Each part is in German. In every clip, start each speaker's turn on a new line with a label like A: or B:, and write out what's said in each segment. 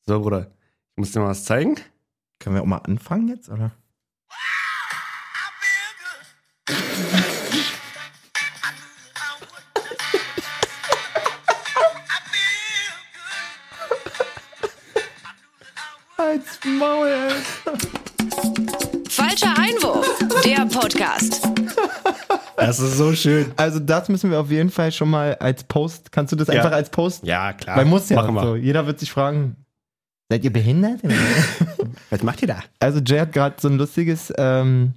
A: So, Bruder, ich muss dir mal was zeigen.
B: Können wir auch mal anfangen jetzt, oder?
A: Als Maul, ey.
C: Falscher Einwurf, der Podcast.
A: Das ist so schön.
B: Also das müssen wir auf jeden Fall schon mal als Post. Kannst du das
A: Ja.
B: einfach als Post?
A: Ja, klar.
B: Weil muss ja
A: Machen
B: auch
A: wir.
B: so. Jeder wird sich fragen, seid ihr behindert?
A: Was macht ihr da?
B: also Jay hat gerade so ein lustiges ähm,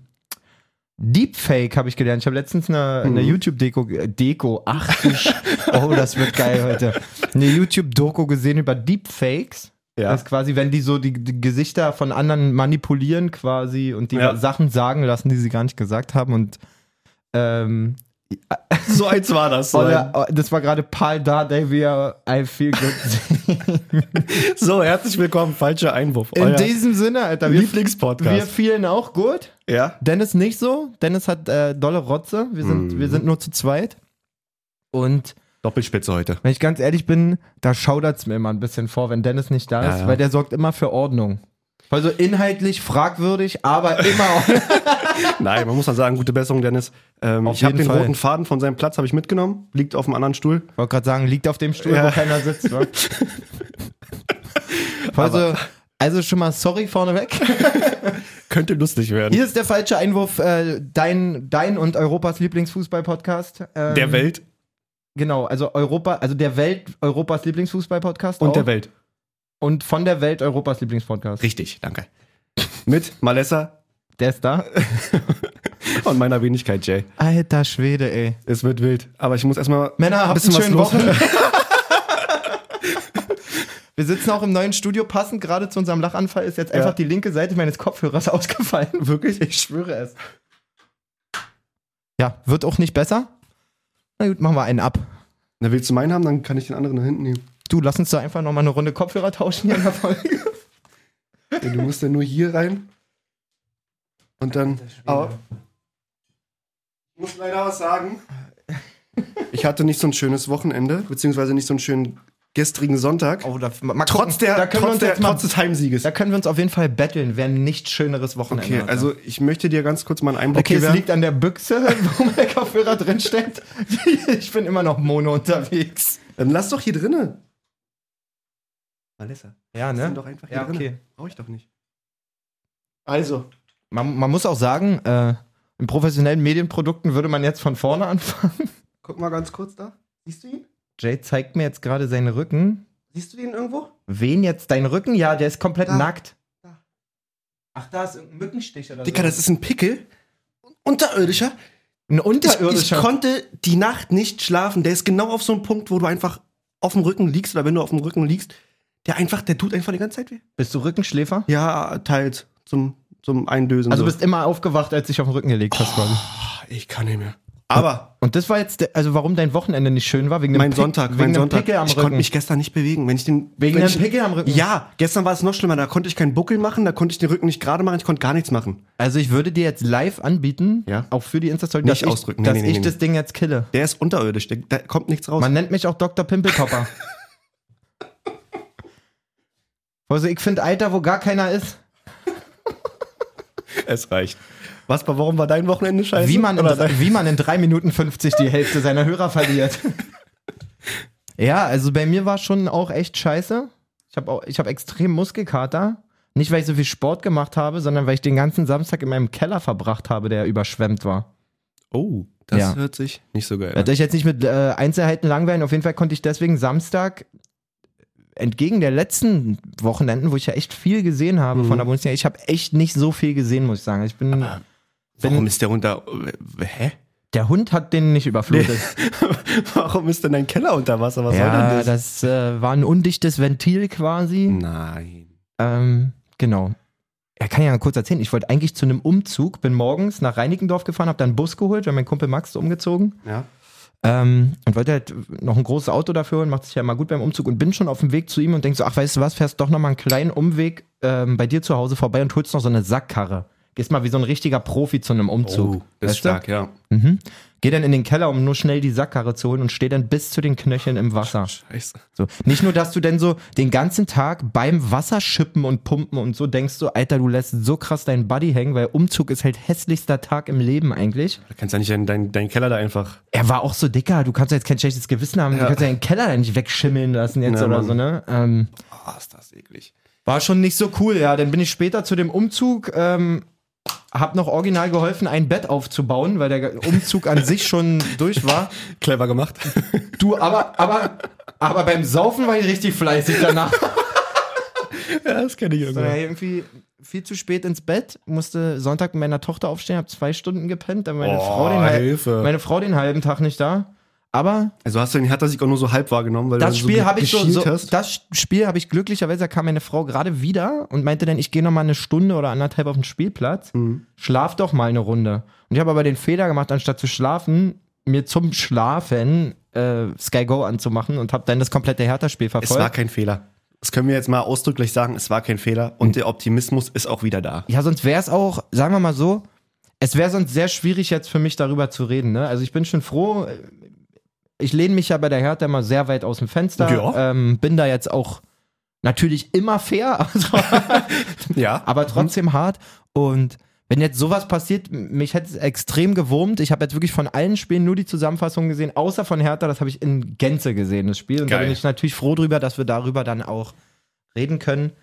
B: Deepfake habe ich gelernt. Ich habe letztens eine, eine
A: Mhm.
B: YouTube-Deko, äh, Deko, ach du Sch- oh, das wird geil heute. Eine YouTube-Doku gesehen über Deepfakes.
A: Ja.
B: Das ist quasi, wenn die so die, die Gesichter von anderen manipulieren quasi und die
A: Ja.
B: Sachen sagen lassen, die sie gar nicht gesagt haben und ähm,
A: So eins war das. So,
B: Oder, oh, das war gerade Paul Dardai, wie er I feel good.
A: ein- so, herzlich willkommen. Falscher Einwurf.
B: In diesem Sinne, Alter, wir, wir
A: Lieblingspodcast.
B: fielen auch gut.
A: Ja.
B: Dennis nicht so. Dennis hat äh, dolle Rotze. Wir sind,
A: Mhm.
B: wir sind nur zu zweit. Und
A: Doppelspitze heute.
B: wenn ich ganz ehrlich bin, da schaudert's mir immer ein bisschen vor, wenn Dennis nicht da
A: Ja,
B: ist,
A: ja.
B: weil der sorgt immer für Ordnung. Also inhaltlich fragwürdig, aber immer auch.
A: Nein, man muss mal sagen, gute Besserung, Dennis. Ähm,
B: Auf
A: ich habe
B: jeden
A: den
B: Fall.
A: roten Faden von seinem Platz habe ich mitgenommen. Liegt auf dem anderen Stuhl.
B: Ich wollte gerade sagen, liegt auf dem Stuhl,
A: Ja.
B: wo keiner sitzt. Wa? Also, also schon mal sorry vorneweg.
A: Könnte lustig werden.
B: Hier ist der falsche Einwurf, äh, dein, dein und Europas Lieblingsfußball-Podcast. Ähm,
A: Der Welt
B: Genau, also Europa, also der Welt Europas Lieblingsfußball-Podcast.
A: und
B: auch.
A: der Welt.
B: Und von der Welt Europas Lieblingspodcast.
A: Richtig, danke. Mit Malessa
B: Der ist da.
A: und meiner Wenigkeit, Jay.
B: Alter Schwede, ey.
A: Es wird wild. Aber ich muss erstmal.
B: Männer, habt
A: Bisschen
B: einen
A: was
B: schönen
A: los.
B: Wochen. Wir sitzen auch im neuen Studio, passend gerade zu unserem Lachanfall ist jetzt
A: Ja.
B: einfach die linke Seite meines Kopfhörers ausgefallen. Wirklich? Ich schwöre es. Ja, wird auch nicht besser. Na gut, machen wir einen ab.
A: Na, willst du meinen haben? Dann kann ich den anderen nach hinten nehmen.
B: Du, lass uns doch einfach nochmal eine Runde Kopfhörer tauschen hier in der Folge.
A: Ja, du musst ja nur hier rein. Und dann. Aber ich muss leider was sagen. Ich hatte nicht so ein schönes Wochenende, beziehungsweise nicht so einen schönen gestrigen Sonntag.
B: Oh, da, mal gucken.
A: Trotz, der,
B: da können wir
A: trotz,
B: uns
A: der,
B: jetzt mal,
A: trotz des Heimsieges.
B: da können wir uns auf jeden Fall betteln, wer ein nicht schöneres Wochenende
A: Okay,
B: hatte.
A: also ich möchte dir ganz kurz mal einen Einblick
B: Okay, es
A: gewähren.
B: liegt an der Büchse, wo mein Kopfhörer drin steckt. Ich bin immer noch Mono unterwegs.
A: Dann Ähm, lass doch hier drinne. Malessa,
B: Ja,
A: lass ihn
B: ne?
A: doch einfach hier
B: Ja,
A: drinne.
B: okay.
A: Brauche ich doch nicht. Also,
B: Man, man muss auch sagen, äh, in professionellen Medienprodukten würde man jetzt von vorne anfangen.
A: guck mal ganz kurz da. Siehst du ihn?
B: Jay zeigt mir jetzt gerade seinen Rücken.
A: Siehst du den irgendwo?
B: Wen jetzt? Dein Rücken? Ja, der ist komplett
A: Da.
B: nackt.
A: Da.
B: Ach, da ist ein Mückenstich oder
A: Dicker, das ist ein Pickel. Ein Unterirdischer.
B: ein
A: Ich, ich
B: unterirdischer.
A: konnte die Nacht nicht schlafen. Der ist genau auf so einem Punkt, wo du einfach auf dem Rücken liegst oder wenn du auf dem Rücken liegst, der einfach, der tut einfach die ganze Zeit weh.
B: bist du Rückenschläfer?
A: Ja, teils zum, zum Eindösen.
B: Also
A: so.
B: bist immer aufgewacht, als ich auf den Rücken gelegt hast, quasi.
A: Oh. ich kann nicht mehr. Aber
B: Und das war jetzt, der, also warum dein Wochenende nicht schön war? Wegen dem
A: mein
B: Pick-
A: Sonntag,
B: wegen
A: mein
B: dem
A: Sonntag,
B: Pickel am
A: ich konnte
B: Rücken.
A: mich gestern nicht bewegen. Wenn ich den
B: wegen
A: wenn
B: dem
A: ich,
B: Pickel am Rücken.
A: Ja, gestern war es noch schlimmer. Da konnte ich keinen Buckel machen, da konnte ich den Rücken nicht gerade machen, ich konnte gar nichts machen.
B: Also ich würde dir jetzt live anbieten,
A: Ja.
B: auch für die Insta-Story,
A: Nicht
B: dass, ich,
A: ausdrücken. Nee,
B: dass
A: nee, nee,
B: ich
A: nee.
B: das Ding jetzt kille.
A: Der ist unterirdisch, der, da kommt nichts raus.
B: Man nennt mich auch Dr. Pimpelpopper. also ich finde Alter, wo gar keiner ist.
A: es reicht. Was, warum war dein Wochenende scheiße?
B: wie, man in,
A: Oder
B: drei- wie man in 3 Minuten 50 die Hälfte seiner Hörer verliert. ja, also bei mir war schon auch echt scheiße. Ich habe hab extrem Muskelkater. Nicht, weil ich so viel Sport gemacht habe, sondern weil ich den ganzen Samstag in meinem Keller verbracht habe, der überschwemmt war.
A: oh, das
B: Ja.
A: hört sich nicht so geil
B: Wird euch jetzt nicht mit äh, Einzelheiten langweilen. Auf jeden Fall konnte ich deswegen Samstag entgegen der letzten Wochenenden, wo ich ja echt viel gesehen habe
A: Mhm.
B: von der Bundesliga, ich habe echt nicht so viel gesehen, muss ich sagen. Ich bin,
A: Warum ist der unter. Hä?
B: der Hund hat den nicht überflutet.
A: Warum ist denn dein Keller unter Wasser? Was
B: ja, das äh, war ein undichtes Ventil
A: Mhm.
B: quasi.
A: Nein.
B: Ähm, genau. Er kann ja mal kurz erzählen. Ich wollte eigentlich zu einem Umzug, bin morgens nach Reinickendorf gefahren, habe dann einen Bus geholt, weil mein Kumpel Max ist umgezogen.
A: Ja.
B: Ähm, und wollte halt noch ein großes Auto dafür holen, macht sich ja immer gut beim Umzug und bin schon auf dem Weg zu ihm und denk so, ach weißt du was, fährst doch nochmal einen kleinen Umweg ähm, bei dir zu Hause vorbei und holst noch so eine Sackkarre. Gehst mal wie so ein richtiger Profi zu einem
A: das
B: Umzug. Oh, Weißt
A: Oh, ist stark, ja.
B: Mhm. Geh dann in den Keller, um nur schnell die Sackkarre zu holen und steh dann bis zu den Knöcheln im Wasser.
A: Scheiße.
B: So. Nicht nur, dass du denn so den ganzen Tag beim Wasser schippen und pumpen und so denkst du, Alter, du lässt so krass deinen Buddy hängen, weil Umzug ist halt hässlichster Tag im Leben eigentlich.
A: Du kannst ja nicht deinen dein, deinen Keller da einfach.
B: Er war auch so dicker, du kannst ja jetzt kein schlechtes Gewissen haben, du
A: Ja.
B: kannst ja den Keller da nicht wegschimmeln lassen jetzt
A: Ja,
B: oder
A: Mann.
B: so, ne? Ähm,
A: Ah, ist das eklig.
B: war schon nicht so cool, ja. Dann bin ich später zu dem Umzug, ähm, hab noch original geholfen, ein Bett aufzubauen, weil der Umzug an sich schon durch war.
A: Clever gemacht.
B: Du, aber, aber, aber beim Saufen war ich richtig fleißig danach.
A: ja, das kenne ich
B: Sondern irgendwie viel zu spät ins Bett, musste Sonntag mit meiner Tochter aufstehen, hab zwei Stunden gepennt, dann meine,
A: Oh,
B: Frau, den halb-
A: Hilfe.
B: meine Frau den halben Tag nicht da. Aber
A: Also hast du den Hertha-Sieg auch nur so halb wahrgenommen, weil
B: das
A: du
B: Spiel
A: so
B: habe ich so,
A: geschielt
B: so
A: hast?
B: das Spiel habe ich glücklicherweise da kam meine Frau gerade wieder und meinte dann ich gehe noch mal eine Stunde oder anderthalb auf den Spielplatz
A: Mhm.
B: schlaf doch mal eine Runde und ich habe aber den Fehler gemacht anstatt zu schlafen mir zum Schlafen äh, Sky Go anzumachen und habe dann das komplette Hertha Spiel
A: Es war
B: verfolgt
A: kein Fehler. Das können wir jetzt mal ausdrücklich sagen, es war kein Fehler
B: Hm.
A: und der Optimismus ist auch wieder da.
B: ja sonst wäre es auch sagen wir mal so es wäre sonst sehr schwierig jetzt für mich darüber zu reden ne? also ich bin schon froh äh, ich lehne mich ja bei der Hertha immer sehr weit aus dem Fenster
A: Ja.
B: ähm, bin da jetzt auch natürlich immer fair also
A: Ja.
B: aber trotzdem hart. Und wenn jetzt sowas passiert, m- mich hätte es extrem gewurmt. Ich habe jetzt wirklich von allen Spielen nur die Zusammenfassung gesehen, außer von Hertha. Das habe ich in Gänze gesehen, das Spiel. Und da
A: Geil.
B: bin ich natürlich froh drüber, dass wir darüber dann auch reden können.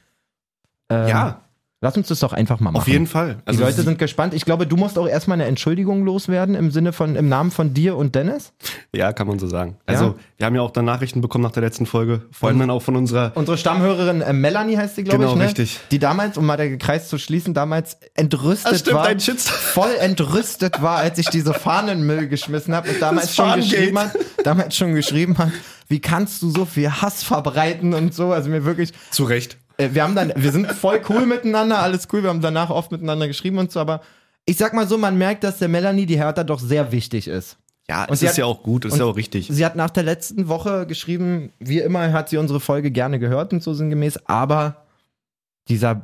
B: Ähm,
A: Ja,
B: Lass uns das doch einfach mal machen.
A: auf jeden Fall. Also
B: Die Leute
A: sie-
B: sind gespannt. Ich glaube, du musst auch erstmal eine Entschuldigung loswerden im Sinne von, im Namen von dir und Dennis.
A: ja, kann man so sagen. Also,
B: Ja.
A: wir haben ja auch dann Nachrichten bekommen nach der letzten Folge, vor allem dann auch von unserer
B: Unsere Stammhörerin äh, Melanie heißt sie, glaube
A: Genau,
B: ich. Ne?
A: richtig.
B: Die damals, um mal den Kreis zu schließen, damals entrüstet war.
A: Shitstorm.
B: voll entrüstet war, als ich diese Fahne in den Müll geschmissen habe und damals
A: Das
B: schon,
A: Fahnengate.
B: geschrieben hat, damals schon geschrieben hat, wie kannst du so viel Hass verbreiten und so. Also mir wirklich,
A: Zu Recht.
B: äh, wir haben dann, wir sind voll cool miteinander, alles cool, wir haben danach oft miteinander geschrieben und so, aber ich sag mal so, man merkt, dass der Melanie die Hertha doch sehr wichtig ist.
A: Ja,
B: Und
A: es
B: sie
A: ist
B: hat-
A: ja auch gut, es ist
B: und-
A: ja auch richtig.
B: Sie hat nach der letzten Woche geschrieben, wie immer hat sie unsere Folge gerne gehört und so sinngemäß, aber dieser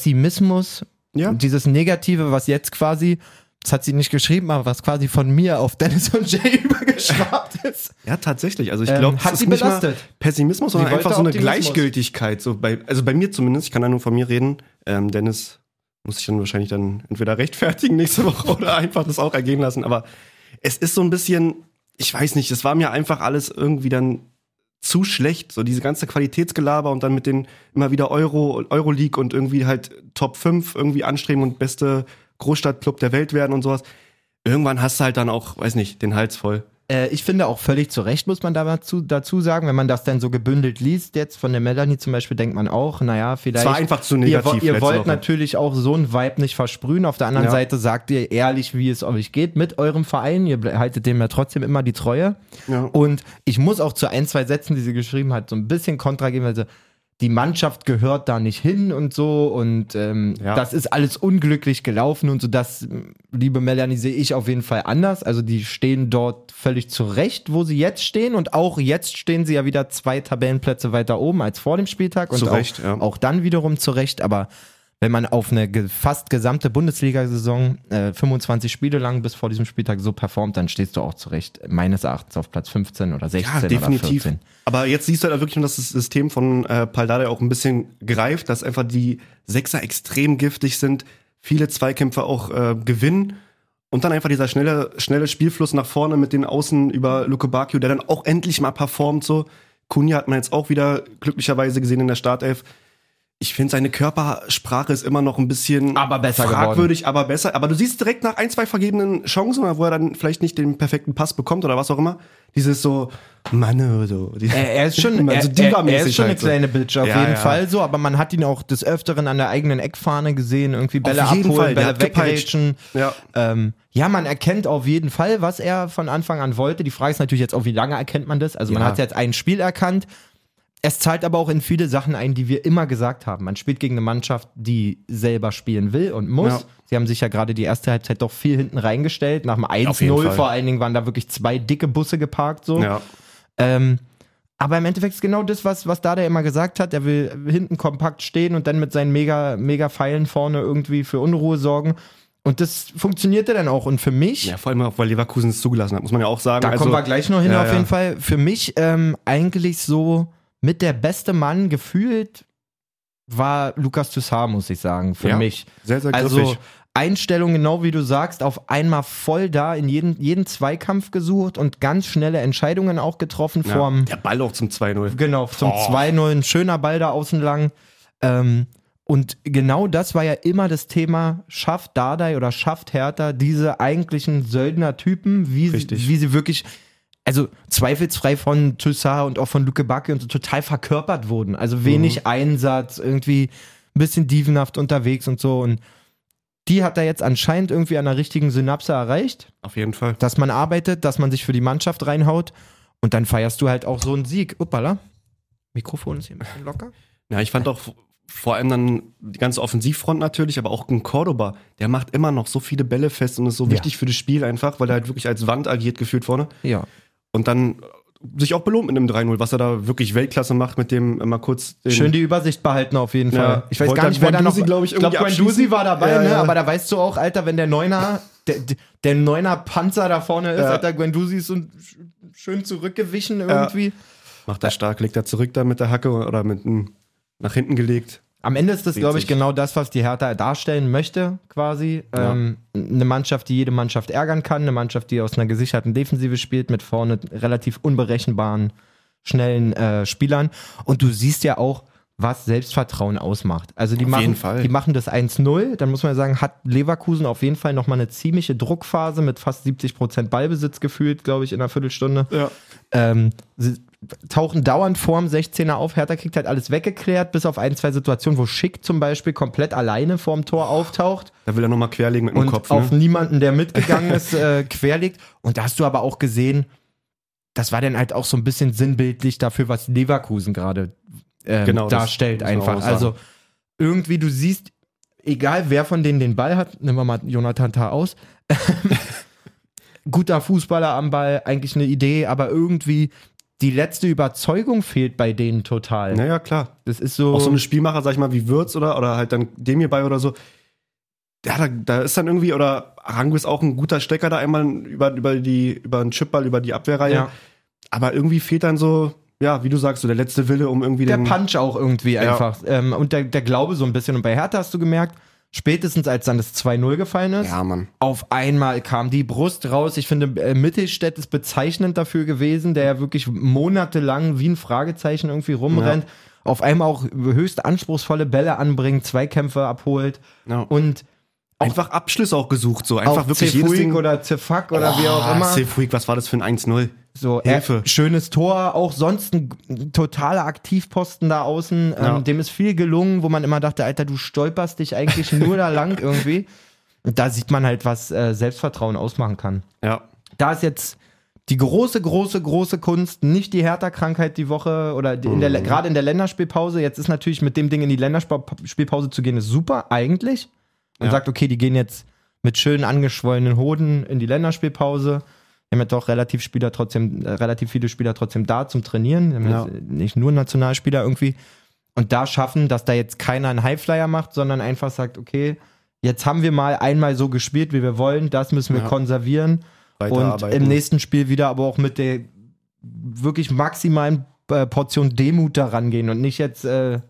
B: Pessimismus
A: Ja.
B: und dieses Negative, was jetzt quasi, das hat sie nicht geschrieben, aber was quasi von mir auf Dennis und Jay übergeschwappt ist.
A: Ja, tatsächlich. Also ich
B: Ähm,
A: glaube,
B: hat sie belastet.
A: Pessimismus, sondern
B: wollte
A: einfach so eine
B: Optimismus.
A: Gleichgültigkeit. So bei, also bei mir zumindest, ich kann da nur von mir reden. Ähm, Dennis muss ich dann wahrscheinlich dann entweder rechtfertigen nächste Woche oder einfach das auch ergehen lassen. Aber es ist so ein bisschen, ich weiß nicht, es war mir einfach alles irgendwie dann zu schlecht. So diese ganze Qualitätsgelaber und dann mit den immer wieder Euro, Euroleague und irgendwie halt Top 5 irgendwie anstreben und beste Großstadtclub der Welt werden und sowas. Irgendwann hast du halt dann auch, weiß nicht, den Hals voll.
B: Äh, ich finde auch völlig zu Recht, muss man dazu, dazu sagen, wenn man das dann so gebündelt liest, jetzt von der Melanie zum Beispiel, denkt man auch, naja,
A: Es
B: vielleicht.
A: war einfach zu
B: Ihr,
A: negativ.
B: wo- ihr
A: letzte
B: wollt
A: Woche.
B: natürlich auch so ein Vibe nicht versprühen. Auf der anderen
A: Ja.
B: Seite sagt ihr ehrlich, wie es euch geht mit eurem Verein. Ihr ble- haltet dem ja trotzdem immer die Treue.
A: Ja.
B: Und ich muss auch zu ein, zwei Sätzen, die sie geschrieben hat, so ein bisschen kontra geben, weil sie, die Mannschaft gehört da nicht hin und so und ähm,
A: Ja.
B: das ist alles unglücklich gelaufen und so. Das, liebe Melanie, sehe ich auf jeden Fall anders. Also die stehen dort völlig zurecht, wo sie jetzt stehen und auch jetzt stehen sie ja wieder zwei Tabellenplätze weiter oben als vor dem Spieltag und
A: Zu
B: auch,
A: Recht, ja.
B: auch dann wiederum zurecht, aber wenn man auf eine ge- fast gesamte Bundesliga-Saison äh, 25 Spiele lang bis vor diesem Spieltag so performt, dann stehst du auch zurecht, meines Erachtens auf Platz 15 oder 16
A: Ja,
B: oder
A: definitiv.
B: 14.
A: Aber jetzt siehst du halt wirklich, dass das System von äh, Paldada auch ein bisschen greift, dass einfach die Sechser extrem giftig sind, viele Zweikämpfe auch äh, gewinnen. Und dann einfach dieser schnelle, schnelle Spielfluss nach vorne mit den Außen über Luke Bakio, der dann auch endlich mal performt so. Kunja hat man jetzt auch wieder glücklicherweise gesehen in der Startelf. Ich finde, seine Körpersprache ist immer noch ein bisschen
B: Aber besser geworden.
A: fragwürdig, aber besser. Aber du siehst direkt nach ein, zwei vergebenen Chancen, wo er dann vielleicht nicht den perfekten Pass bekommt oder was auch immer, dieses so, Mann, oder so. Die-
B: Er, Äh, er ist schon,
A: Man,
B: er,
A: so
B: er, er
A: Diva-mäßig
B: ist schon eine
A: halt so.
B: kleine Bitch auf
A: Ja,
B: jeden
A: ja.
B: Fall so, aber man hat ihn auch des Öfteren an der eigenen Eckfahne gesehen, irgendwie Bälle
A: jeden
B: abholen,
A: Fall, der
B: Bälle
A: hat gepeitscht.
B: wegrätschen.
A: Ja.
B: Ähm, ja, man erkennt auf jeden Fall, was er von Anfang an wollte. Die Frage ist natürlich jetzt auch, wie lange erkennt man das? Also man
A: Ja.
B: hat jetzt ein Spiel erkannt. Es zahlt aber auch in viele Sachen ein, die wir immer gesagt haben. Man spielt gegen eine Mannschaft, die selber spielen will und muss.
A: Ja.
B: Sie haben sich ja gerade die erste Halbzeit doch viel hinten reingestellt. Nach dem
A: Auf jeden
B: 1-0
A: Fall.
B: vor allen Dingen waren da wirklich zwei dicke Busse geparkt. So.
A: Ja.
B: Ähm, aber im Endeffekt ist genau das, was, was Dada immer gesagt hat. Er will hinten kompakt stehen und dann mit seinen mega, mega Pfeilen vorne irgendwie für Unruhe sorgen. Und das funktionierte dann auch. Und für mich,
A: Ja, vor allem auch, weil Leverkusen es zugelassen hat, muss man ja auch sagen.
B: da
A: also,
B: kommen wir gleich noch hin
A: ja,
B: auf
A: ja.
B: jeden Fall, für mich ähm, eigentlich so mit der beste Mann gefühlt war Lukas Toussaint, muss ich sagen, für
A: Ja.
B: mich.
A: Sehr, sehr griffig.
B: Also Einstellung, genau wie du sagst, auf einmal voll da, in jeden, jeden Zweikampf gesucht und ganz schnelle Entscheidungen auch getroffen
A: ja.
B: vorm,
A: Der Ball auch zum 2-0.
B: Genau, zum
A: Oh.
B: 2-0, ein schöner Ball da außen lang. Ähm, und genau das war ja immer das Thema, schafft Dardai oder schafft Hertha diese eigentlichen Söldner-Typen, wie, sie-
A: Richtig.
B: wie sie wirklich, also zweifelsfrei von Toussaint und auch von Luke Backe und so total verkörpert wurden. Also wenig Einsatz, irgendwie ein bisschen dievenhaft unterwegs und so. Und die hat er jetzt anscheinend irgendwie an der richtigen Synapse erreicht
A: Auf jeden Fall.
B: dass man arbeitet, dass man sich für die Mannschaft reinhaut und dann feierst du halt auch so einen Sieg. Uppala. Mikrofon ist hier ein bisschen locker.
A: Ja, ich fand auch v- vor allem dann die ganze Offensivfront natürlich, aber auch ein Cordoba, der macht immer noch so viele Bälle fest und ist so
B: Ja.
A: wichtig für das Spiel einfach, weil er halt wirklich als Wand agiert gefühlt vorne.
B: Ja.
A: Und dann äh, sich auch belohnt mit einem 3-0, was er da wirklich Weltklasse macht, mit dem äh, mal kurz den
B: Schön die Übersicht behalten auf jeden Fall.
A: Ja.
B: Ich weiß
A: Wollte
B: gar nicht, wer
A: dann
B: da noch.
A: Guendouzi, glaub ich, irgendwie
B: Guendouzi
A: abschließen.
B: war dabei,
A: Ja,
B: ne?
A: ja.
B: aber da weißt du auch, Alter, wenn der Neuner, der, der Neuner Panzer da vorne ist,
A: Ja.
B: Alter, Guendouzi ist so sch- schön zurückgewichen irgendwie.
A: macht er stark, legt er zurück da mit der Hacke oder mit einem nach hinten gelegt.
B: Am Ende ist das,
A: Sieht
B: glaube ich,
A: sich.
B: genau das, was die Hertha darstellen möchte, quasi.
A: Ja.
B: Ähm, eine Mannschaft, die jede Mannschaft ärgern kann, eine Mannschaft, die aus einer gesicherten Defensive spielt, mit vorne relativ unberechenbaren, schnellen äh, Spielern. Und du siehst ja auch, was Selbstvertrauen ausmacht. Also die,
A: Auf
B: machen,
A: jeden Fall.
B: die machen das 1-0, dann muss man sagen, hat Leverkusen auf jeden Fall nochmal eine ziemliche Druckphase mit fast 70% Ballbesitz gefühlt, glaube ich, in einer Viertelstunde.
A: Ja.
B: Ähm, sie tauchen dauernd vorm 16er auf. Hertha kriegt halt alles weggeklärt, bis auf ein, zwei Situationen, wo Schick zum Beispiel komplett alleine vorm Tor auftaucht
A: Da will er nochmal querlegen mit dem
B: und
A: Kopf.
B: auf
A: Ne?
B: niemanden, der mitgegangen ist, äh, querlegt. Und da hast du aber auch gesehen, das war dann halt auch so ein bisschen sinnbildlich dafür, was Leverkusen gerade ähm,
A: Genau, das
B: darstellt
A: muss man auch
B: einfach.
A: sagen.
B: Also irgendwie, du siehst, egal wer von denen den Ball hat, nehmen wir mal Jonathan Tah aus, guter Fußballer am Ball, eigentlich eine Idee, aber irgendwie die letzte Überzeugung fehlt bei denen total.
A: Naja, klar.
B: Das ist so,
A: Ne? auch so eine Spielmacher, sag ich mal, wie Würz oder, oder halt dann dem hierbei oder so. Ja, da, da ist dann irgendwie, oder Arango ist auch ein guter Stecker da einmal über, über die, über einen Chipball, über die Abwehrreihe.
B: ja,
A: Aber irgendwie fehlt dann so, ja, wie du sagst, so der letzte Wille, um irgendwie
B: der
A: den.
B: Punch auch irgendwie
A: Ja.
B: einfach. Ähm, und der, der Glaube so ein bisschen. Und bei Hertha hast du gemerkt, spätestens als dann das 2-0 gefallen ist,
A: Ja, Mann.
B: auf einmal kam die Brust raus. Ich finde, äh, Mittelstädt ist bezeichnend dafür gewesen, der ja wirklich monatelang wie ein Fragezeichen irgendwie rumrennt. Auf einmal auch höchst anspruchsvolle Bälle anbringt, Zweikämpfe abholt
A: Ja.
B: und
A: einfach Abschlüsse auch gesucht, so einfach
B: auch
A: wirklich jedes
B: Cefuig
A: Ding.
B: oder Zefak oder wie auch immer.
A: Sefuig, Ah, was war das für ein 1-0?
B: So,
A: Hilfe.
B: Er, schönes Tor, auch sonst ein g- totaler Aktivposten da außen.
A: Ja.
B: Ähm, dem ist viel gelungen, wo man immer dachte, Alter, du stolperst dich eigentlich nur da lang irgendwie. Und da sieht man halt, was äh, Selbstvertrauen ausmachen kann.
A: Ja.
B: Da ist jetzt die große, große, große Kunst, nicht die Hertha-Krankheit die Woche oder die- in
A: Mhm.
B: der, gerade in der Länderspielpause. Jetzt ist natürlich mit dem Ding in die Länderspielpause zu gehen, ist super eigentlich. Man
A: Ja.
B: sagt, okay, die gehen jetzt mit schön angeschwollenen Hoden in die Länderspielpause. Wir haben ja doch relativ Spieler trotzdem, äh, relativ viele Spieler trotzdem da zum Trainieren. Wir haben
A: Ja.
B: jetzt äh, nicht nur Nationalspieler irgendwie. Und da schaffen, dass da jetzt keiner einen Highflyer macht, sondern einfach sagt, okay, jetzt haben wir mal einmal so gespielt, wie wir wollen, das müssen wir
A: Ja.
B: konservieren. Und
A: Weiterarbeiten.
B: im nächsten Spiel wieder aber auch mit der wirklich maximalen äh, Portion Demut daran gehen und nicht jetzt, äh,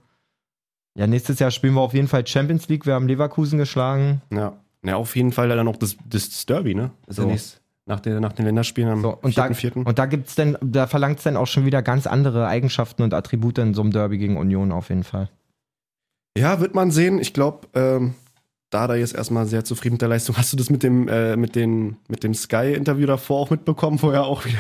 B: ja, nächstes Jahr spielen wir auf jeden Fall Champions League. Wir haben Leverkusen geschlagen.
A: Ja. Ja, auf jeden Fall dann auch das, das Derby, ne? Ist
B: So.
A: ja nächst, nach, den, nach den Länderspielen am
B: So, und, da,
A: 4.4..
B: und da gibt's denn, da verlangt es dann auch schon wieder ganz andere Eigenschaften und Attribute in so einem Derby gegen Union auf jeden Fall.
A: Ja, wird man sehen. Ich glaube, ähm, da da jetzt erstmal sehr zufrieden mit der Leistung. Hast du das mit dem, äh, mit den, mit dem Sky-Interview davor auch mitbekommen, wo er auch wieder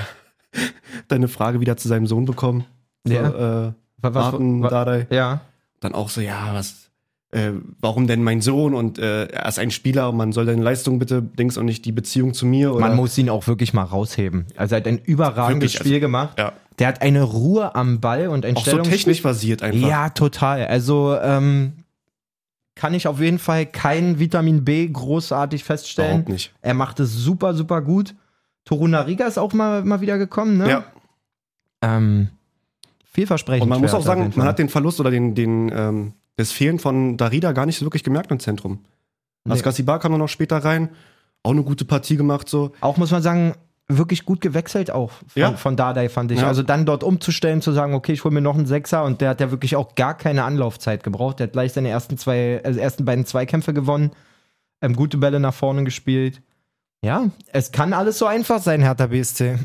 A: deine Frage wieder zu seinem Sohn bekommen? So, äh,
B: Wa- was-
A: Martin
B: wa-
A: Dardai.
B: ja.
A: Dann auch so, ja, was, äh, warum denn mein Sohn? Und äh, er ist ein Spieler und man soll deine Leistung bitte, Dings und nicht die Beziehung zu mir. Oder?
B: Man muss ihn auch wirklich mal rausheben. Also er hat ein überragendes
A: Wirklich, also-
B: Spiel gemacht.
A: ja.
B: Der hat eine Ruhe am Ball und ein
A: auch so
B: Stellungsspiel.
A: technisch basiert einfach.
B: Ja, total. Also ähm, kann ich auf jeden Fall kein Vitamin B großartig feststellen.
A: Überhaupt nicht.
B: Er macht es super, super gut. Toruna Riga ist auch mal, mal wieder gekommen, ne?
A: Ja.
B: Ähm, vielversprechend.
A: Und man
B: für
A: muss auch
B: Hertha auf
A: sagen,
B: jeden
A: man
B: Fall.
A: hat den Verlust oder den, den, ähm, das Fehlen von Darida gar nicht so wirklich gemerkt im Zentrum.
B: Nee.
A: Askasi Bar kam dann noch später rein. Auch eine gute Partie gemacht, so.
B: Auch muss man sagen, wirklich gut gewechselt auch von,
A: Ja.
B: von Dardai, fand ich.
A: Ja.
B: Also dann dort umzustellen, zu sagen, okay, ich hole mir noch einen Sechser und der hat ja wirklich auch gar keine Anlaufzeit gebraucht. Der hat gleich seine ersten zwei, also ersten beiden Zweikämpfe gewonnen, ähm, gute Bälle nach vorne gespielt. Ja, es kann alles so einfach sein, Hertha BSC.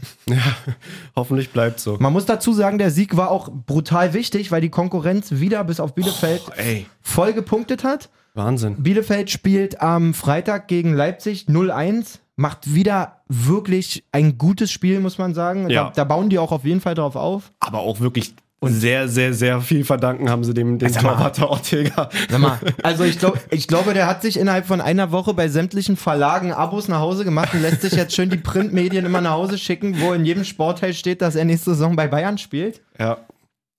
A: Hoffentlich bleibt so.
B: Man muss dazu sagen, der Sieg war auch brutal wichtig, weil die Konkurrenz wieder bis auf Bielefeld
A: Ey,
B: voll gepunktet hat.
A: Wahnsinn.
B: Bielefeld spielt am Freitag gegen Leipzig 0-1, macht wieder wirklich ein gutes Spiel, muss man sagen.
A: Ja.
B: Da, da bauen die auch auf jeden Fall drauf auf.
A: Aber auch wirklich sehr, sehr, sehr viel verdanken haben sie dem, dem
B: Sag mal.
A: Torwart Ortega.
B: Sag mal, also ich, glaub, ich glaube, der hat sich innerhalb von einer Woche bei sämtlichen Verlagen Abos nach Hause gemacht und lässt sich jetzt schön die Printmedien immer nach Hause schicken, wo in jedem Sportteil steht, dass er nächste Saison bei Bayern spielt.
A: Ja.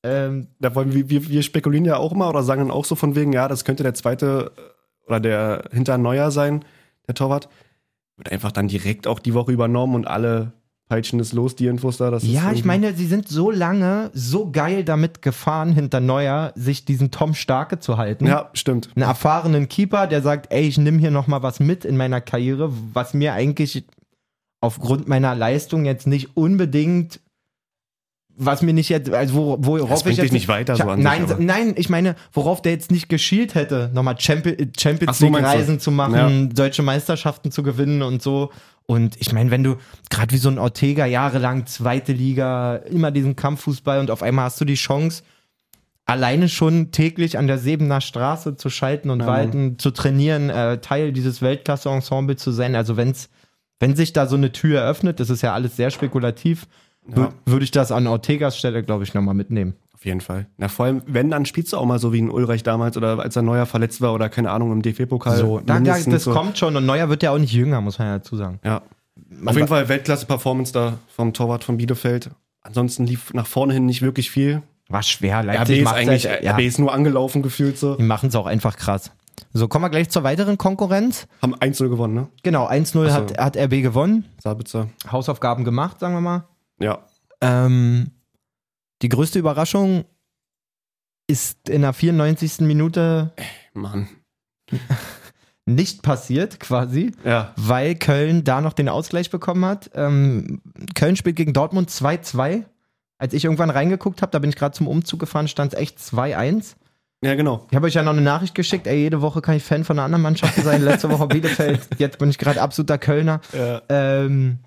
B: Ähm,
A: Da wollen wir, wir, wir spekulieren ja auch mal oder sagen dann auch so von wegen, ja, das könnte der zweite äh, oder der hinter Neuer sein, der Torwart. Wird einfach dann direkt auch die Woche übernommen und alle peitschen es los, die Infos da. Das ist
B: ja, ich
A: irgendwie-
B: meine, sie sind so lange so geil damit gefahren, hinter Neuer sich diesen Tom Starke zu halten.
A: Ja, stimmt.
B: einen erfahrenen Keeper, der sagt, ey, ich nehme hier noch mal was mit in meiner Karriere, was mir eigentlich aufgrund meiner Leistung jetzt nicht unbedingt was mir nicht jetzt, also wo, worauf
A: Das bringt
B: ich jetzt
A: dich nicht weiter
B: ich,
A: so
B: hab-
A: an sich,
B: nein,
A: aber-
B: nein, ich meine, worauf der jetzt nicht geschielt hätte, nochmal Champions,
A: Ach
B: Champions
A: so,
B: League
A: meinst du?
B: Reisen zu machen, deutsche Meisterschaften zu gewinnen und so. Und ich meine, wenn du gerade wie so ein Ortega jahrelang zweite Liga, immer diesen Kampffußball und auf einmal hast du die Chance, alleine schon täglich an der Sebener Straße zu schalten und
A: Ja, Mann.
B: walten, zu trainieren, äh, Teil dieses Weltklasse-Ensemble zu sein. Also wenn's, wenn sich da so eine Tür eröffnet, das ist ja alles sehr spekulativ, wür-
A: Ja.
B: würde ich das an Ortegas Stelle, glaube ich, nochmal mitnehmen.
A: Auf jeden Fall. Na, vor allem, wenn, dann spielst du auch mal so wie ein Ulreich damals oder als er neuer verletzt war oder keine Ahnung, im DFB-Pokal.
B: So, Also, da, da,
A: Also mindestens
B: das
A: so.
B: kommt schon und Neuer wird ja auch nicht jünger, muss man ja dazu sagen.
A: Ja. Auf jeden Fall Weltklasse-Performance da vom Torwart von Bielefeld. Ansonsten lief nach vorne hin nicht wirklich viel.
B: War schwer,
A: RB
B: Leipzig
A: ist
B: macht's
A: eigentlich,
B: halt,
A: RB
B: ja,
A: ist nur angelaufen gefühlt so.
B: Die machen es auch einfach krass. So, kommen wir gleich zur weiteren Konkurrenz.
A: Haben 1-0 gewonnen, ne?
B: Genau, 1-0
A: Ach so.
B: hat, hat RB gewonnen,
A: Sabitzer.
B: Hausaufgaben gemacht, sagen wir mal.
A: Ja.
B: Ähm, die größte Überraschung ist in der 94. Minute
A: Mann.
B: nicht passiert, quasi,
A: Ja.
B: weil Köln da noch den Ausgleich bekommen hat. Ähm, Köln spielt gegen Dortmund 2-2. Als ich irgendwann reingeguckt habe, da bin ich gerade zum Umzug gefahren, stand es echt 2-1.
A: Ja, genau.
B: Ich habe euch ja noch eine Nachricht geschickt, ey, jede Woche kann ich Fan von einer anderen Mannschaft sein. Letzte Woche Bielefeld, jetzt bin ich gerade absoluter Kölner.
A: Ja.
B: Ähm,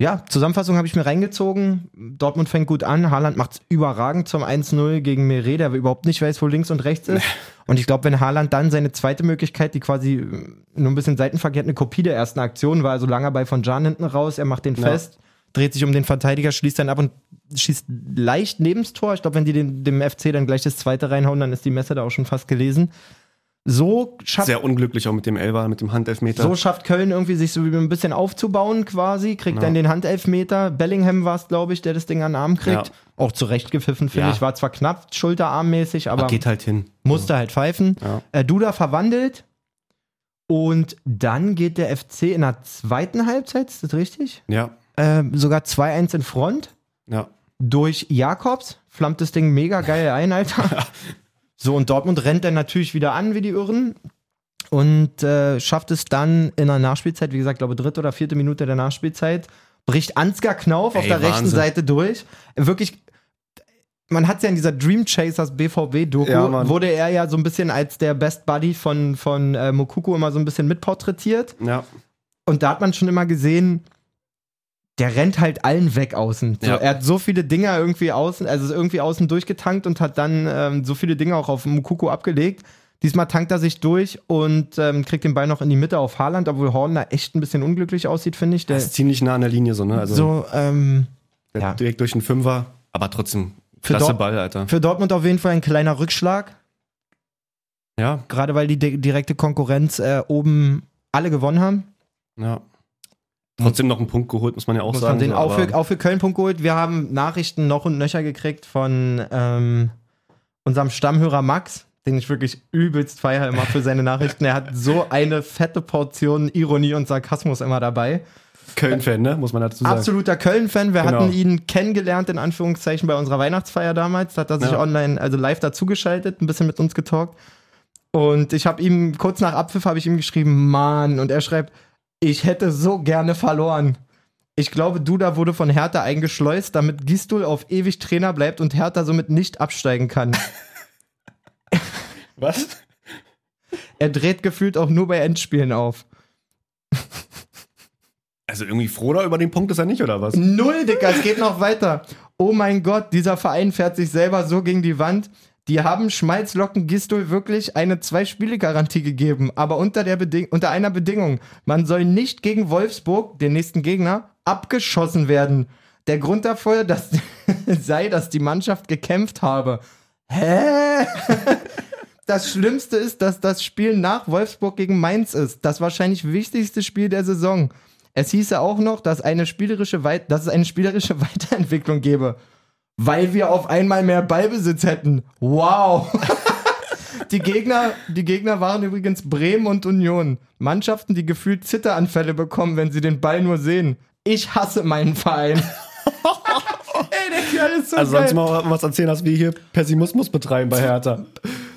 B: ja, Zusammenfassung habe ich mir reingezogen. Dortmund fängt gut an. Haaland macht es überragend zum 1-0 gegen Meret, der überhaupt nicht weiß, wo links und rechts ist. Und ich glaube, wenn Haaland dann seine zweite Möglichkeit, die quasi äh, nur ein bisschen seitenverkehrt eine Kopie der ersten Aktion war, also langer Ball von Jan hinten raus, er macht den
A: Ja.
B: fest, dreht sich um den Verteidiger, schließt dann ab und schießt leicht neben das Tor. Ich glaube, wenn die dem, dem FC dann gleich das zweite reinhauen, dann ist die Messe da auch schon fast gelesen. So schafft
A: Sehr unglücklich auch mit dem Elber, mit dem Handelfmeter.
B: so schafft Köln irgendwie sich so ein bisschen aufzubauen quasi, kriegt
A: Ja.
B: dann den Handelfmeter. Bellingham war es, glaube ich, der das Ding an den Arm kriegt.
A: Ja.
B: Auch zu Recht gepfiffen, finde
A: Ja.
B: ich. War zwar knapp schulterarmmäßig, aber
A: Aber geht halt hin.
B: musste halt pfeifen.
A: Ja.
B: Äh, Duda verwandelt. Und dann geht der FC in der zweiten Halbzeit, ist das richtig?
A: Ja.
B: Äh,
A: Ähm,
B: sogar 2-1 in Front.
A: Ja.
B: Durch Jakobs flammt das Ding mega geil ein, Alter. so, und Dortmund rennt dann natürlich wieder an wie die Irren und äh, schafft es dann in der Nachspielzeit, wie gesagt, glaube dritte oder vierte Minute der Nachspielzeit, bricht Ansgar Knauf auf
A: Ey,
B: der rechten
A: Wahnsinn.
B: Seite durch. Wirklich, man hat es ja in dieser Dream Chasers BVB-Doku,
A: Ja, Mann.
B: wurde er ja so ein bisschen als der Best Buddy von, von äh, Mokuko immer so ein bisschen mitporträtiert.
A: Ja.
B: Und da hat man schon immer gesehen, der rennt halt allen weg außen. So,
A: Ja.
B: Er hat so viele Dinger irgendwie außen, also ist irgendwie außen durchgetankt und hat dann ähm, so viele Dinge auch auf Mukoko abgelegt. Diesmal tankt er sich durch und ähm, kriegt den Ball noch in die Mitte auf Haaland, obwohl Horn da echt ein bisschen unglücklich aussieht, finde ich. Der,
A: Das ist ziemlich nah an der Linie so, ne? Also
B: so, ähm,
A: der-
B: ja.
A: direkt durch den Fünfer. Aber trotzdem,
B: Für
A: klasse
B: Dort-
A: Ball, Alter.
B: Für Dortmund auf jeden Fall ein kleiner Rückschlag,
A: Ja.
B: gerade weil die di direkte Konkurrenz äh, oben alle gewonnen haben.
A: Ja. Trotzdem noch einen Punkt geholt, muss man ja auch
B: Muss
A: sagen.
B: man den
A: so,
B: auch,
A: aber-
B: für, auch für Köln Punkt geholt. Wir haben Nachrichten noch und nöcher gekriegt von ähm, unserem Stammhörer Max, den ich wirklich übelst feiere immer für seine Nachrichten. Er hat so eine fette Portion Ironie und Sarkasmus immer dabei.
A: Köln-Fan, ne? Muss man dazu sagen.
B: Absoluter Köln-Fan. Wir
A: Genau.
B: hatten ihn kennengelernt, in Anführungszeichen, bei unserer Weihnachtsfeier damals. Da hat er sich
A: Ja.
B: online, also live dazugeschaltet, ein bisschen mit uns getalkt. Und ich habe ihm, kurz nach Abpfiff habe ich ihm geschrieben, Mann. Und er schreibt, ich hätte so gerne verloren. Ich glaube, Duda wurde von Hertha eingeschleust, damit Gistul auf ewig Trainer bleibt und Hertha somit nicht absteigen kann.
A: Was?
B: Er dreht gefühlt auch nur bei Endspielen auf.
A: Also irgendwie froh da über den Punkt ist er nicht, oder was?
B: Null, Dicker, es geht noch weiter. Oh mein Gott, dieser Verein fährt sich selber so gegen die Wand. Die haben Schmalzlocken Gistul wirklich eine Zwei-Spiele-Garantie gegeben, aber unter, der Beding unter einer Bedingung. Man soll nicht gegen Wolfsburg, den nächsten Gegner, abgeschossen werden. Der Grund dafür dass, sei, dass die Mannschaft gekämpft habe. Hä? Das Schlimmste ist, dass das Spiel nach Wolfsburg gegen Mainz ist. Das wahrscheinlich wichtigste Spiel der Saison. Es hieße auch noch, dass, eine spielerische Wei dass es eine spielerische Weiterentwicklung gäbe. Weil wir auf einmal mehr Ballbesitz hätten. Wow! die, Gegner, die Gegner waren übrigens Bremen und Union. Mannschaften, die gefühlt Zitteranfälle bekommen, wenn sie den Ball nur sehen. Ich hasse meinen Verein. Ey, der Kerl ist so
A: Also
B: geil.
A: sonst mal was erzählen, dass wir hier Pessimismus betreiben bei Hertha.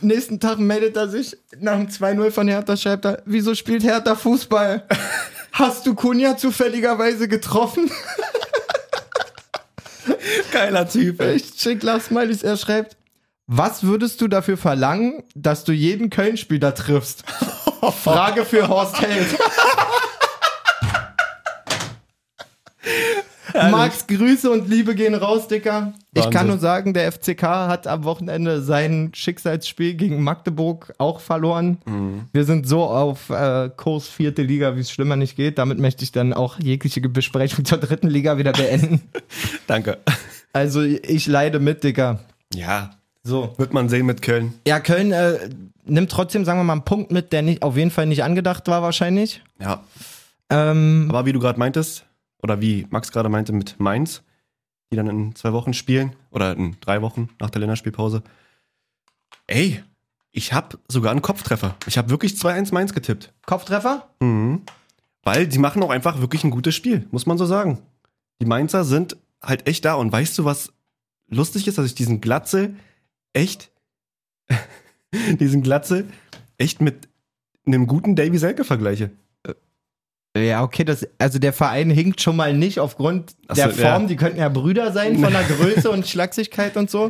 B: Nächsten Tag meldet er sich nach dem 2-0 von Hertha, schreibt er, wieso spielt Hertha Fußball? Hast du Kunja zufälligerweise getroffen?
A: Geiler Typ, ey.
B: Ich schick Lachsmilies, er schreibt, was würdest du dafür verlangen, dass du jeden Köln-Spieler triffst? Frage für Horst Held. Max, Grüße und Liebe gehen raus, Dicker. Ich kann
A: Wahnsinn.
B: nur sagen, der FCK hat am Wochenende sein Schicksalsspiel gegen Magdeburg auch verloren. Wir sind so auf äh, Kurs vierte Liga, wie es schlimmer nicht geht. Damit möchte ich dann auch jegliche Besprechung zur dritten Liga wieder beenden.
A: Danke.
B: Also ich leide mit, Digga.
A: Ja,
B: So.
A: wird man sehen mit Köln.
B: Ja, Köln äh, nimmt trotzdem, sagen wir mal, einen Punkt mit, der nicht, auf jeden Fall nicht angedacht war wahrscheinlich.
A: Ja.
B: Ähm,
A: Aber wie du gerade meintest, oder wie Max gerade meinte mit Mainz, die dann in zwei Wochen spielen, oder in drei Wochen nach der Länderspielpause. Ey, ich habe sogar einen Kopftreffer. Ich habe wirklich 2-1 Mainz getippt.
B: Kopftreffer?
A: Mhm. Weil die machen auch einfach wirklich ein gutes Spiel, muss man so sagen. Die Mainzer sind halt echt da. Und weißt du, was lustig ist, dass ich diesen Glatze echt, diesen Glatze echt mit einem guten Davy Selke vergleiche.
B: Ja, okay, das, also der Verein hinkt schon mal nicht aufgrund
A: Ach
B: der
A: so, ja.
B: Form. Die könnten ja Brüder sein von der Größe und Schlagsigkeit und so.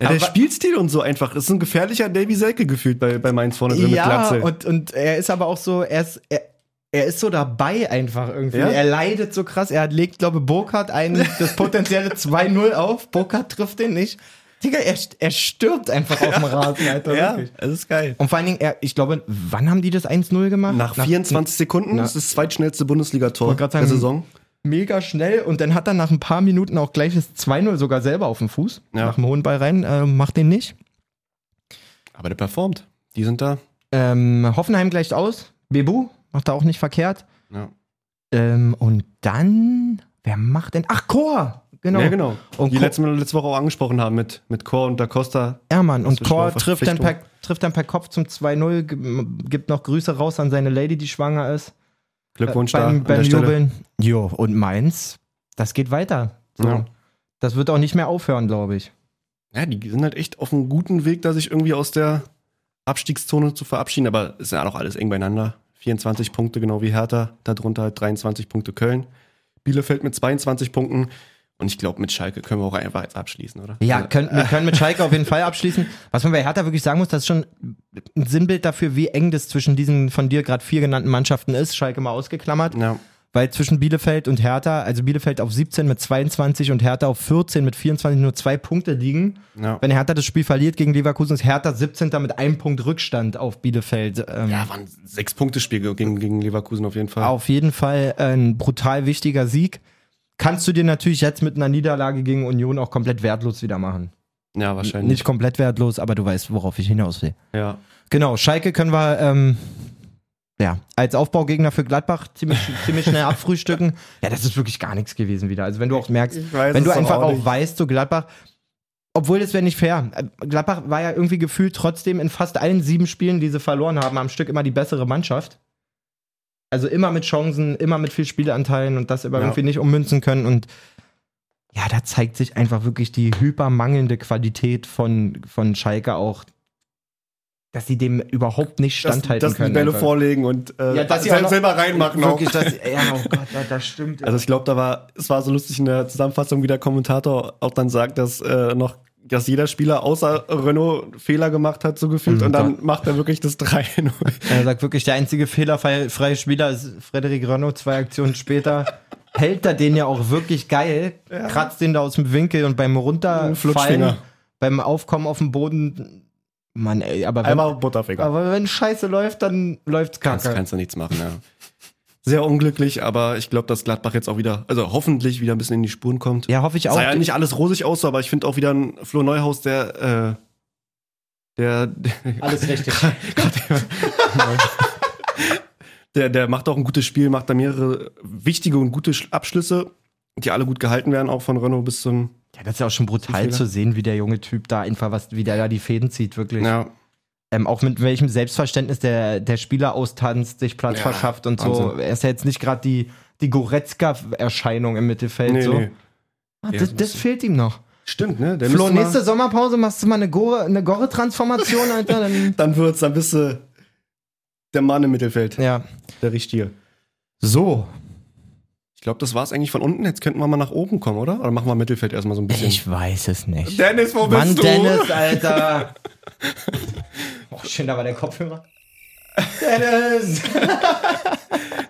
A: Ja, der
B: Aber-
A: Spielstil und so einfach. Das ist ein gefährlicher Davy Selke gefühlt bei, bei Mainz vorne drin Also mit
B: Ja,
A: Glatze.
B: und, und er ist aber auch so, er ist, er, er ist so dabei einfach irgendwie.
A: Ja.
B: Er leidet so krass. Er hat- legt, glaube Burkhardt ein, das potenzielle 2-0 auf. Burkhardt trifft den nicht. Digga, er, st- er stirbt einfach auf dem Rasen, Alter.
A: ja,
B: wirklich.
A: es ist geil.
B: Und vor allen Dingen, er, ich glaube, wann haben die das 1-0 gemacht?
A: Nach 24 Sekunden,
B: na-
A: das ist das zweitschnellste Bundesligator
B: Wollte grad
A: der
B: sagen,
A: Saison.
B: Mega schnell. Und dann hat er nach ein paar Minuten auch gleich das 2-0 sogar selber auf dem Fuß.
A: Ja.
B: Nach dem hohen Ball rein. Äh, macht den nicht.
A: Aber der performt. Die sind da.
B: Ähm, Hoffenheim gleicht aus. Bebu macht da auch nicht verkehrt.
A: Ja,
B: Ähm, und dann, wer macht denn? Ach, Chor! Genau.
A: ja genau.
B: Und
A: die
B: Ko-
A: letzte, letzte Woche auch angesprochen haben mit, mit Chor und Da Costa.
B: Ja, Mann. Und
A: Das ist schon
B: Chor
A: eine
B: trifft dann, per,
A: Verpflichtung.
B: trifft dann per Kopf zum 2-0, g- gibt noch Grüße raus an seine Lady, die schwanger ist.
A: Glückwunsch da.
B: Äh, beim,
A: an
B: beim
A: der Stelle.
B: Jubeln. Jo, und Mainz, das geht weiter. So.
A: Ja.
B: Das wird auch nicht mehr aufhören, glaube ich.
A: Ja, die sind halt echt auf einem guten Weg, da sich irgendwie aus der Abstiegszone zu verabschieden. Aber ist ja auch alles eng beieinander. 24 Punkte, genau wie Hertha. Darunter halt 23 Punkte Köln. Bielefeld mit 22 Punkten. Und ich glaube, mit Schalke können wir auch einfach jetzt abschließen, oder?
B: Ja,
A: Also,
B: können, wir können mit Schalke auf jeden Fall abschließen. Was man bei Hertha wirklich sagen muss, das ist schon ein Sinnbild dafür, wie eng das zwischen diesen von dir gerade vier genannten Mannschaften ist. Schalke mal ausgeklammert.
A: ja.
B: Weil zwischen Bielefeld und Hertha, also Bielefeld auf 17 mit 22 und Hertha auf 14 mit 24 nur zwei Punkte liegen.
A: Ja.
B: Wenn Hertha das Spiel verliert gegen Leverkusen, ist Hertha 17. mit einem Punkt Rückstand auf Bielefeld. Ähm,
A: ja, war ein Sechs-Punkte-Spiel gegen, gegen Leverkusen auf jeden Fall.
B: Auf jeden Fall ein brutal wichtiger Sieg. Kannst du dir natürlich jetzt mit einer Niederlage gegen Union auch komplett wertlos wieder machen.
A: Ja, wahrscheinlich.
B: Nicht komplett wertlos, aber du weißt, worauf ich hinaus will.
A: Ja.
B: Genau, Schalke können wir ähm, ja, als Aufbaugegner für Gladbach ziemlich, ziemlich schnell abfrühstücken. Ja, das ist wirklich gar nichts gewesen wieder. Also wenn du auch merkst,
A: weiß
B: wenn du
A: es
B: einfach
A: auch
B: auch,
A: nicht.
B: weißt, so Gladbach, obwohl das wäre nicht fair. Gladbach war ja irgendwie gefühlt trotzdem in fast allen sieben Spielen, die sie verloren haben, am Stück immer die bessere Mannschaft. Also immer mit Chancen, immer mit viel Spielanteilen und das aber
A: Ja.
B: irgendwie nicht ummünzen können. Und ja, da zeigt sich einfach wirklich die hypermangelnde Qualität von, von Schalke auch dass sie dem überhaupt nicht standhalten
A: dass, dass
B: können.
A: die Bälle
B: einfach.
A: vorlegen und äh,
B: Ja, dass sie auch
A: sel
B: noch-
A: selber reinmachen. Auch.
B: Wirklich, dass, ja, oh Gott, das, das stimmt.
A: Also ich glaube, da war, es war so lustig in der Zusammenfassung, wie der Kommentator auch dann sagt, dass äh, noch, dass jeder Spieler außer Renault Fehler gemacht hat, so gefühlt,
B: Mhm,
A: und dann macht er wirklich das 3-0.
B: Er sagt wirklich, der einzige fehlerfreie Spieler ist Frederik Renault, zwei Aktionen später. Hält er den ja auch wirklich geil, kratzt den da aus dem Winkel und beim Runterfallen,
A: Flutschfinger.
B: beim Aufkommen auf dem Boden, Mann ey, aber wenn,
A: Einmal Butterfinger.
B: aber wenn Scheiße läuft, dann läuft's
A: Das
B: kacke.
A: kannst du nichts machen, ja. Sehr unglücklich, aber ich glaube, dass Gladbach jetzt auch wieder, also hoffentlich wieder ein bisschen in die Spuren kommt.
B: Ja, hoffe ich auch.
A: Sah ja nicht alles rosig aus, aber ich finde auch wieder ein Flo Neuhaus, der, äh, der,
B: Alles richtig.
A: der, der macht auch ein gutes Spiel, macht da mehrere wichtige und gute Sch- Abschlüsse, die alle gut gehalten werden, auch von Renault bis zum
B: Ja, das ist ja auch schon brutal
A: Fehler.
B: zu sehen, wie der junge Typ da einfach was, wie der da die Fäden zieht, wirklich.
A: Ja,
B: Ähm, auch mit welchem Selbstverständnis der, der Spieler austanzt, sich Platz
A: Ja,
B: verschafft und so.
A: Wahnsinn.
B: Er ist ja jetzt nicht gerade die, die Goretzka-Erscheinung im Mittelfeld.
A: nee,
B: so.
A: nee.
B: Ah,
A: Ja,
B: das,
A: so ein
B: das
A: bisschen.
B: fehlt ihm noch.
A: Stimmt, ne? Der
B: Flo,
A: müsste mal-
B: nächste Sommerpause machst du mal eine Gore- eine Gore-Transformation, Alter. Dann,
A: dann wird's, dann bist du der Mann im Mittelfeld,
B: ja.
A: der Richtige.
B: So.
A: Ich glaube, das war's eigentlich von unten. Jetzt könnten wir mal nach oben kommen, oder? Oder machen wir Mittelfeld erstmal so ein bisschen?
B: Ich weiß es nicht.
A: Dennis, wo
B: Mann, Dennis, Alter. Oh, schön, da war der Kopfhörer. Dennis!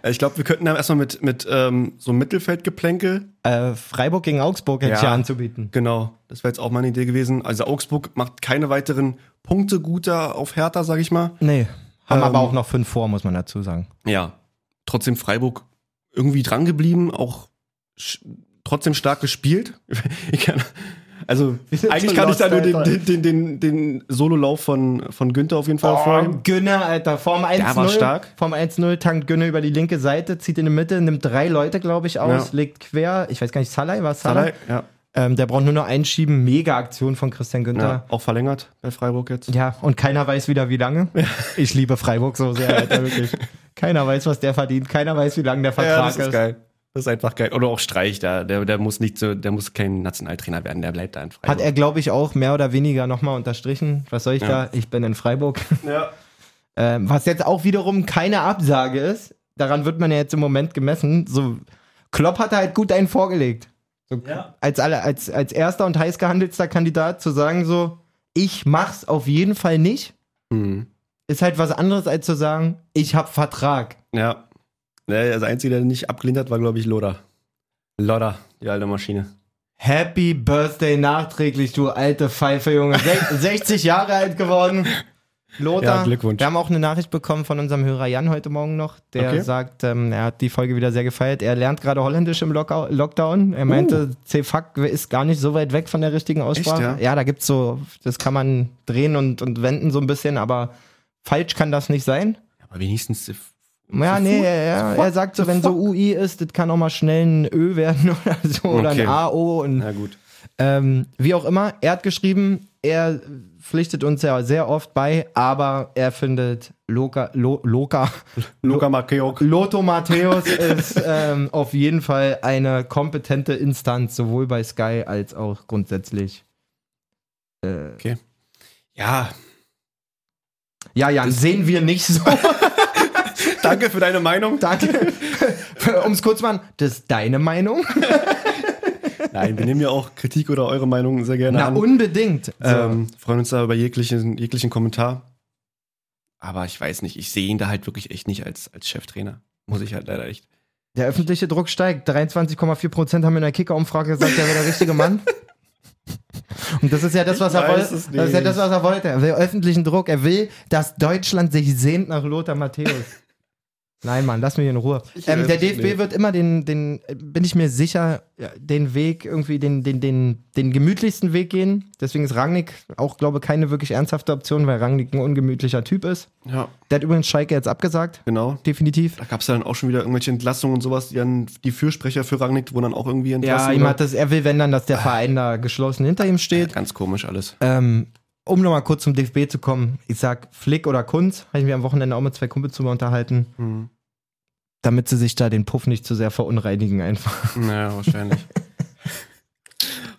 A: Ich glaube, wir könnten dann erstmal mit, mit ähm, so einem Mittelfeldgeplänkel.
B: äh, Freiburg gegen Augsburg hätte ich
A: Ja.
B: ja anzubieten.
A: Genau, das wäre jetzt auch meine Idee gewesen. Also Augsburg macht keine weiteren Punkte guter auf Hertha, sag ich mal.
B: Nee. Haben
A: Ähm,
B: aber auch noch fünf vor, muss man dazu sagen.
A: Ja. Trotzdem Freiburg irgendwie dran geblieben, auch sch- trotzdem stark gespielt. Ich kann, also
B: Wir sind
A: eigentlich
B: schon
A: kann ich
B: lost,
A: da nur den,
B: Alter.
A: den, den, den, den Sololauf von, von Günther auf jeden Fall
B: Oh,
A: hervorheben.
B: Günne, Alter. Vorm 1-0.
A: war stark.
B: Vorm 1-0 tankt Günne über die linke Seite, zieht in die Mitte, nimmt drei Leute, glaube ich, aus,
A: Ja.
B: legt quer. Ich weiß gar nicht, Salai war Salai?
A: Salai, ja,
B: Ähm, der braucht nur noch einschieben. Mega Aktion von Christian
A: ja,
B: Günther.
A: auch verlängert bei Freiburg jetzt.
B: Ja. und keiner weiß wieder, wie lange. Ich liebe Freiburg so sehr, Alter, wirklich. Keiner weiß, was der verdient. Keiner weiß, wie lange der Vertrag
A: Ja, das
B: ist.
A: ist geil. Das ist einfach geil. Oder auch Streich, da, der, der muss nicht so, der muss kein Nationaltrainer werden, der bleibt da in
B: Hat
A: Freiburg.
B: er, glaube ich, auch mehr oder weniger nochmal unterstrichen. Was soll ich
A: Ja.
B: da? Ich bin in Freiburg.
A: ja.
B: Ähm, was jetzt auch wiederum keine Absage ist, daran wird man ja jetzt im Moment gemessen. So, Klopp hat halt gut einen vorgelegt. So, als, alle, als, als erster und heiß gehandelter Kandidat zu sagen, so, ich mach's auf jeden Fall nicht,
A: Mhm.
B: ist halt was anderes als zu sagen, ich hab Vertrag.
A: Ja. Ne, Das Einzige, der nicht abgelehnt hat, war, glaube ich, Loder. Loder, die alte Maschine.
B: Happy Birthday nachträglich, du alte Pfeife, Junge. Sech- 60 Jahre alt geworden. Lothar,
A: Ja, Glückwunsch.
B: wir haben auch eine Nachricht bekommen von unserem Hörer Jan heute Morgen noch, der
A: Okay.
B: sagt, ähm, er hat die Folge wieder sehr gefeiert. Er lernt gerade Holländisch im Lockau- Lockdown.
A: Uh.
B: Er meinte, C-Fuck ist gar nicht so weit weg von der richtigen Aussprache.
A: ja?
B: da gibt's so, das kann man drehen und, und wenden so ein bisschen, aber falsch kann das nicht sein.
A: Aber wenigstens.
B: Ja,
A: The
B: nee,
A: fuck?
B: er,
A: The
B: er
A: fuck?
B: sagt so,
A: The
B: wenn so
A: fuck?
B: UI ist, das kann auch mal schnell ein Ö werden oder so, oder ein
A: Okay.
B: AO und
A: Na gut.
B: ähm, wie auch immer, er hat geschrieben, er pflichtet uns ja sehr oft bei, aber er findet Loka, Lo, Loka,
A: Luca Markeok.
B: Lotto Matthäus ist ähm, auf jeden Fall eine kompetente Instanz, sowohl bei Sky als auch grundsätzlich. Äh,
A: Ja,
B: ja, ja, sehen wir nicht so.
A: danke für deine Meinung.
B: Danke. Um es kurz zu machen, das ist deine Meinung?
A: Nein, wir nehmen ja auch Kritik oder eure Meinung sehr gerne
B: Na,
A: an.
B: unbedingt. So.
A: Ähm, freuen uns da über jeglichen, jeglichen Kommentar. Aber ich weiß nicht, ich sehe ihn da halt wirklich echt nicht als, als Cheftrainer. Muss ich halt leider echt.
B: Der öffentliche Druck steigt. 23,4% haben in der Kicker-Umfrage gesagt, er wäre der richtige Mann. Und das ist ja das, was
A: Ich
B: er
A: weiß
B: wollte.
A: es
B: Das ist ja
A: nicht.
B: das, was er wollte. Er will öffentlichen Druck. Er will, dass Deutschland sich sehnt nach Lothar Matthäus. Nein, Mann, lass mich in Ruhe. Ähm,
A: weiß
B: der
A: es
B: DFB
A: nicht.
B: wird immer den, den, äh, bin ich mir sicher, ja, den Weg irgendwie, den, den, den, den gemütlichsten Weg gehen. Deswegen ist Rangnick auch, glaube ich, keine wirklich ernsthafte Option, weil Rangnick ein ungemütlicher Typ ist.
A: Ja,
B: Der hat übrigens Schalke jetzt abgesagt,
A: genau.
B: definitiv.
A: Da gab es dann auch schon wieder irgendwelche Entlassungen und sowas, die dann die Fürsprecher für Rangnick wurden dann auch irgendwie entlassen.
B: Ja, ihm
A: oder?
B: hat das, er will, wenn dann, dass der Verein da geschlossen hinter ihm steht.
A: Ganz komisch alles.
B: Ähm, um nochmal kurz zum DFB zu kommen, ich sag Flick oder Kunz, habe ich mir am Wochenende auch mit zwei Kumpels drüber unterhalten,
A: Hm.
B: damit sie sich da den Puff nicht zu sehr verunreinigen einfach.
A: Naja, wahrscheinlich.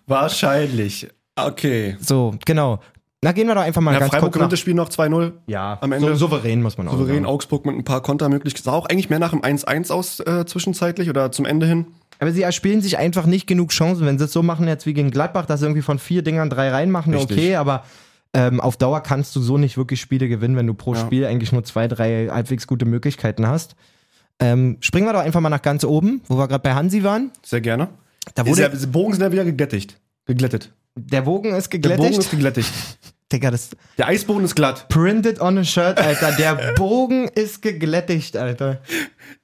A: wahrscheinlich. Okay.
B: So, genau. Na, gehen wir doch einfach mal
A: Ja,
B: ganz
A: Freiburg
B: kurz
A: gewinnt
B: nach.
A: das Spiel noch genau. 2-0.
B: Ja,
A: am Ende-
B: so, souverän muss man auch
A: Souverän
B: sagen.
A: Augsburg mit ein paar Konter möglich. Sah auch eigentlich mehr nach einem 1-1 aus äh, zwischenzeitlich oder zum Ende hin.
B: Aber sie erspielen sich einfach nicht genug Chancen. Wenn sie es so machen jetzt wie gegen Gladbach, dass sie irgendwie von vier Dingern drei reinmachen,
A: Richtig.
B: okay, aber ähm, auf Dauer kannst du so nicht wirklich Spiele gewinnen, wenn du pro
A: Ja.
B: Spiel eigentlich nur zwei, drei halbwegs gute Möglichkeiten hast. Ähm, springen wir doch einfach mal nach ganz oben, wo wir gerade bei Hansi waren.
A: Sehr gerne.
B: Da
A: Ist
B: wurde,
A: ja, die Bogen sind ja wieder geglättet. Geglättet.
B: der Wogen ist
A: Der Bogen ist
B: geglättet.
A: geglättet.
B: Digga, das
A: Der Eisboden ist glatt.
B: printed on a shirt, Alter. Der Bogen ist geglättet, Alter.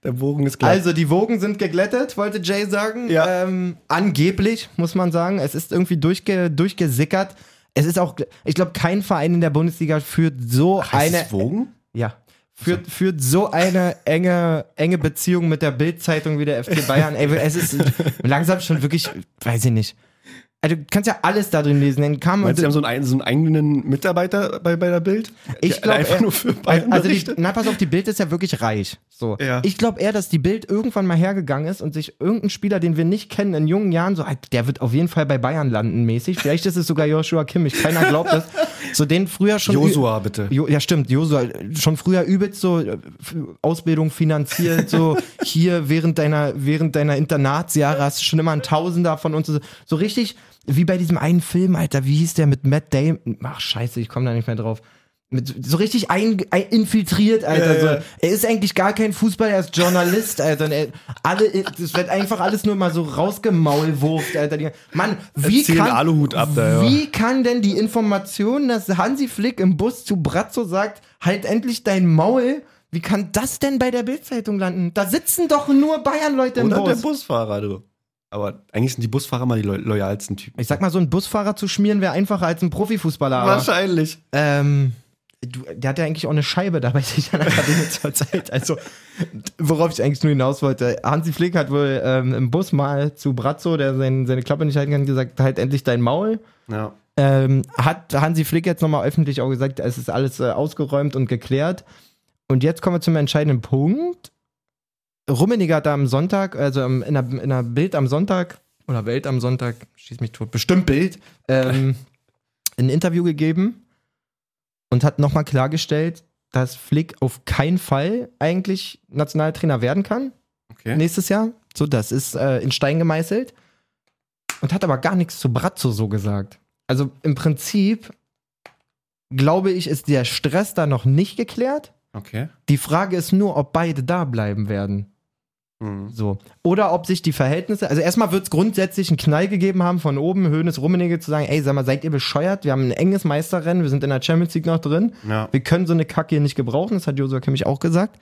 A: Der Bogen ist
B: Also, die Wogen sind geglättet, wollte Jay sagen.
A: Ja.
B: Ähm, angeblich, muss man sagen. Es ist irgendwie durchge durchgesickert. Es ist auch, ich glaube, kein Verein in der Bundesliga führt so eine,
A: Bogen?
B: ja, führt,
A: Also-
B: führt so eine enge, enge Beziehung mit der Bild-Zeitung wie der FC Bayern. Ey, es ist langsam schon wirklich, weiß ich nicht. Also, du kannst ja alles da drin lesen. Dann kam
A: Meinst du, die haben so einen, so einen eigenen Mitarbeiter bei, bei der Bild?
B: Ich
A: Der
B: glaub,
A: einfach
B: er-
A: nur für Bayern
B: also die,
A: berichtet?
B: na pass auf, die Bild ist ja wirklich reich. So.
A: Ja.
B: Ich glaube eher, dass die Bild irgendwann mal hergegangen ist und sich irgendein Spieler, den wir nicht kennen, in jungen Jahren so, ah, der wird auf jeden Fall bei Bayern landen mäßig. Vielleicht ist es sogar Joshua Kimmich, keiner glaubt das. So den früher schon.
A: Josua, bitte.
B: Jo, ja, stimmt, Josua, schon früher übelst so äh, F- Ausbildung finanziert, so hier während deiner, während deiner Internatsjahre hast du schon immer ein Tausender von uns. So, so richtig wie bei diesem einen Film, Alter, wie hieß der mit Matt Damon? Ach, scheiße, ich komme da nicht mehr drauf. Mit, so richtig ein, ein, infiltriert, Alter.
A: Ja,
B: so.
A: ja.
B: Er ist eigentlich gar kein Fußballer, er ist Journalist, Alter. Und er, alle, es wird einfach alles nur mal so rausgemaulwurft, Alter. Die- Mann, wie
A: Erzähl
B: kann,
A: den Aluhut ab da, ja.
B: wie kann denn die Information, dass Hansi Flick im Bus zu Brazzo sagt, halt endlich dein Maul, wie kann das denn bei der Bildzeitung landen? Da sitzen doch nur Bayern-Leute im
A: Oder der
B: Bus.
A: Busfahrer, du. Aber eigentlich sind die Busfahrer mal die lo loyalsten Typen.
B: ich sag mal, so einen Busfahrer zu schmieren wäre einfacher als einen Profifußballer. aber,
A: Wahrscheinlich.
B: Ähm, du, der hat ja eigentlich auch eine Scheibe dabei sich an der Kabine zur Zeit. Also, worauf ich eigentlich nur hinaus wollte. Hansi Flick hat wohl ähm, im Bus mal zu Brazzo, der sein, seine Klappe nicht halten kann, gesagt, halt endlich dein Maul.
A: Ja.
B: ähm, hat Hansi Flick jetzt nochmal öffentlich auch gesagt, es ist alles äh, ausgeräumt und geklärt. Und jetzt kommen wir zum entscheidenden Punkt. Rummeniger hat da am Sonntag, also am- in der, in der Bild am Sonntag oder Welt am Sonntag, schieß mich tot, bestimmt Bild, ähm, ein Interview gegeben und hat nochmal klargestellt, dass Flick auf keinen Fall eigentlich Nationaltrainer werden kann
A: Okay.
B: nächstes Jahr. So, das ist äh, in Stein gemeißelt. Und hat aber gar nichts zu Brazzo so gesagt. Also im Prinzip, glaube ich, ist der Stress da noch nicht geklärt.
A: Okay.
B: Die Frage ist nur, ob beide da bleiben werden.
A: Mhm.
B: So. Oder ob sich die Verhältnisse. Also erstmal wird es grundsätzlich einen Knall gegeben haben von oben, Höhnes Rummenigge zu sagen, ey, sag mal, seid ihr bescheuert? Wir haben ein enges Meisterrennen, wir sind in der Champions League noch drin.
A: Ja.
B: Wir können so eine Kacke hier nicht gebrauchen, das hat Josua Kimmich auch gesagt.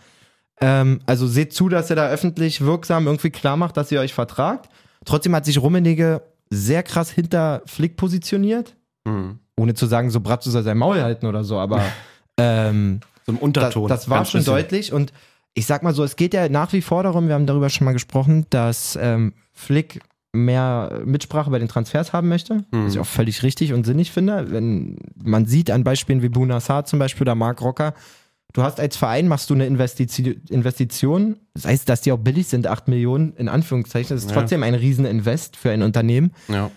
B: Ähm, also seht zu, dass ihr da öffentlich wirksam irgendwie klar macht, dass ihr euch vertragt. Trotzdem hat sich Rummenigge sehr krass hinter Flick positioniert.
A: Mhm.
B: Ohne zu sagen, so Bratzo soll sein Maul halten oder so, aber ähm,
A: So ein
B: da,
A: Unterton.
B: das war
A: Ganz
B: schon
A: bisschen.
B: deutlich. Und ich sag mal so, es geht ja nach wie vor darum, wir haben darüber schon mal gesprochen, dass ähm, Flick mehr Mitsprache bei den Transfers haben möchte.
A: Mhm.
B: Was ich auch völlig richtig und sinnig finde. Wenn man sieht an Beispielen wie Buna Saar zum Beispiel oder Marc Rocker, du hast als Verein, machst du eine Investition, Investition, das heißt, dass die auch billig sind, 8 Millionen in Anführungszeichen, das ist
A: Ja.
B: trotzdem ein Rieseninvest für ein Unternehmen.
A: Ja.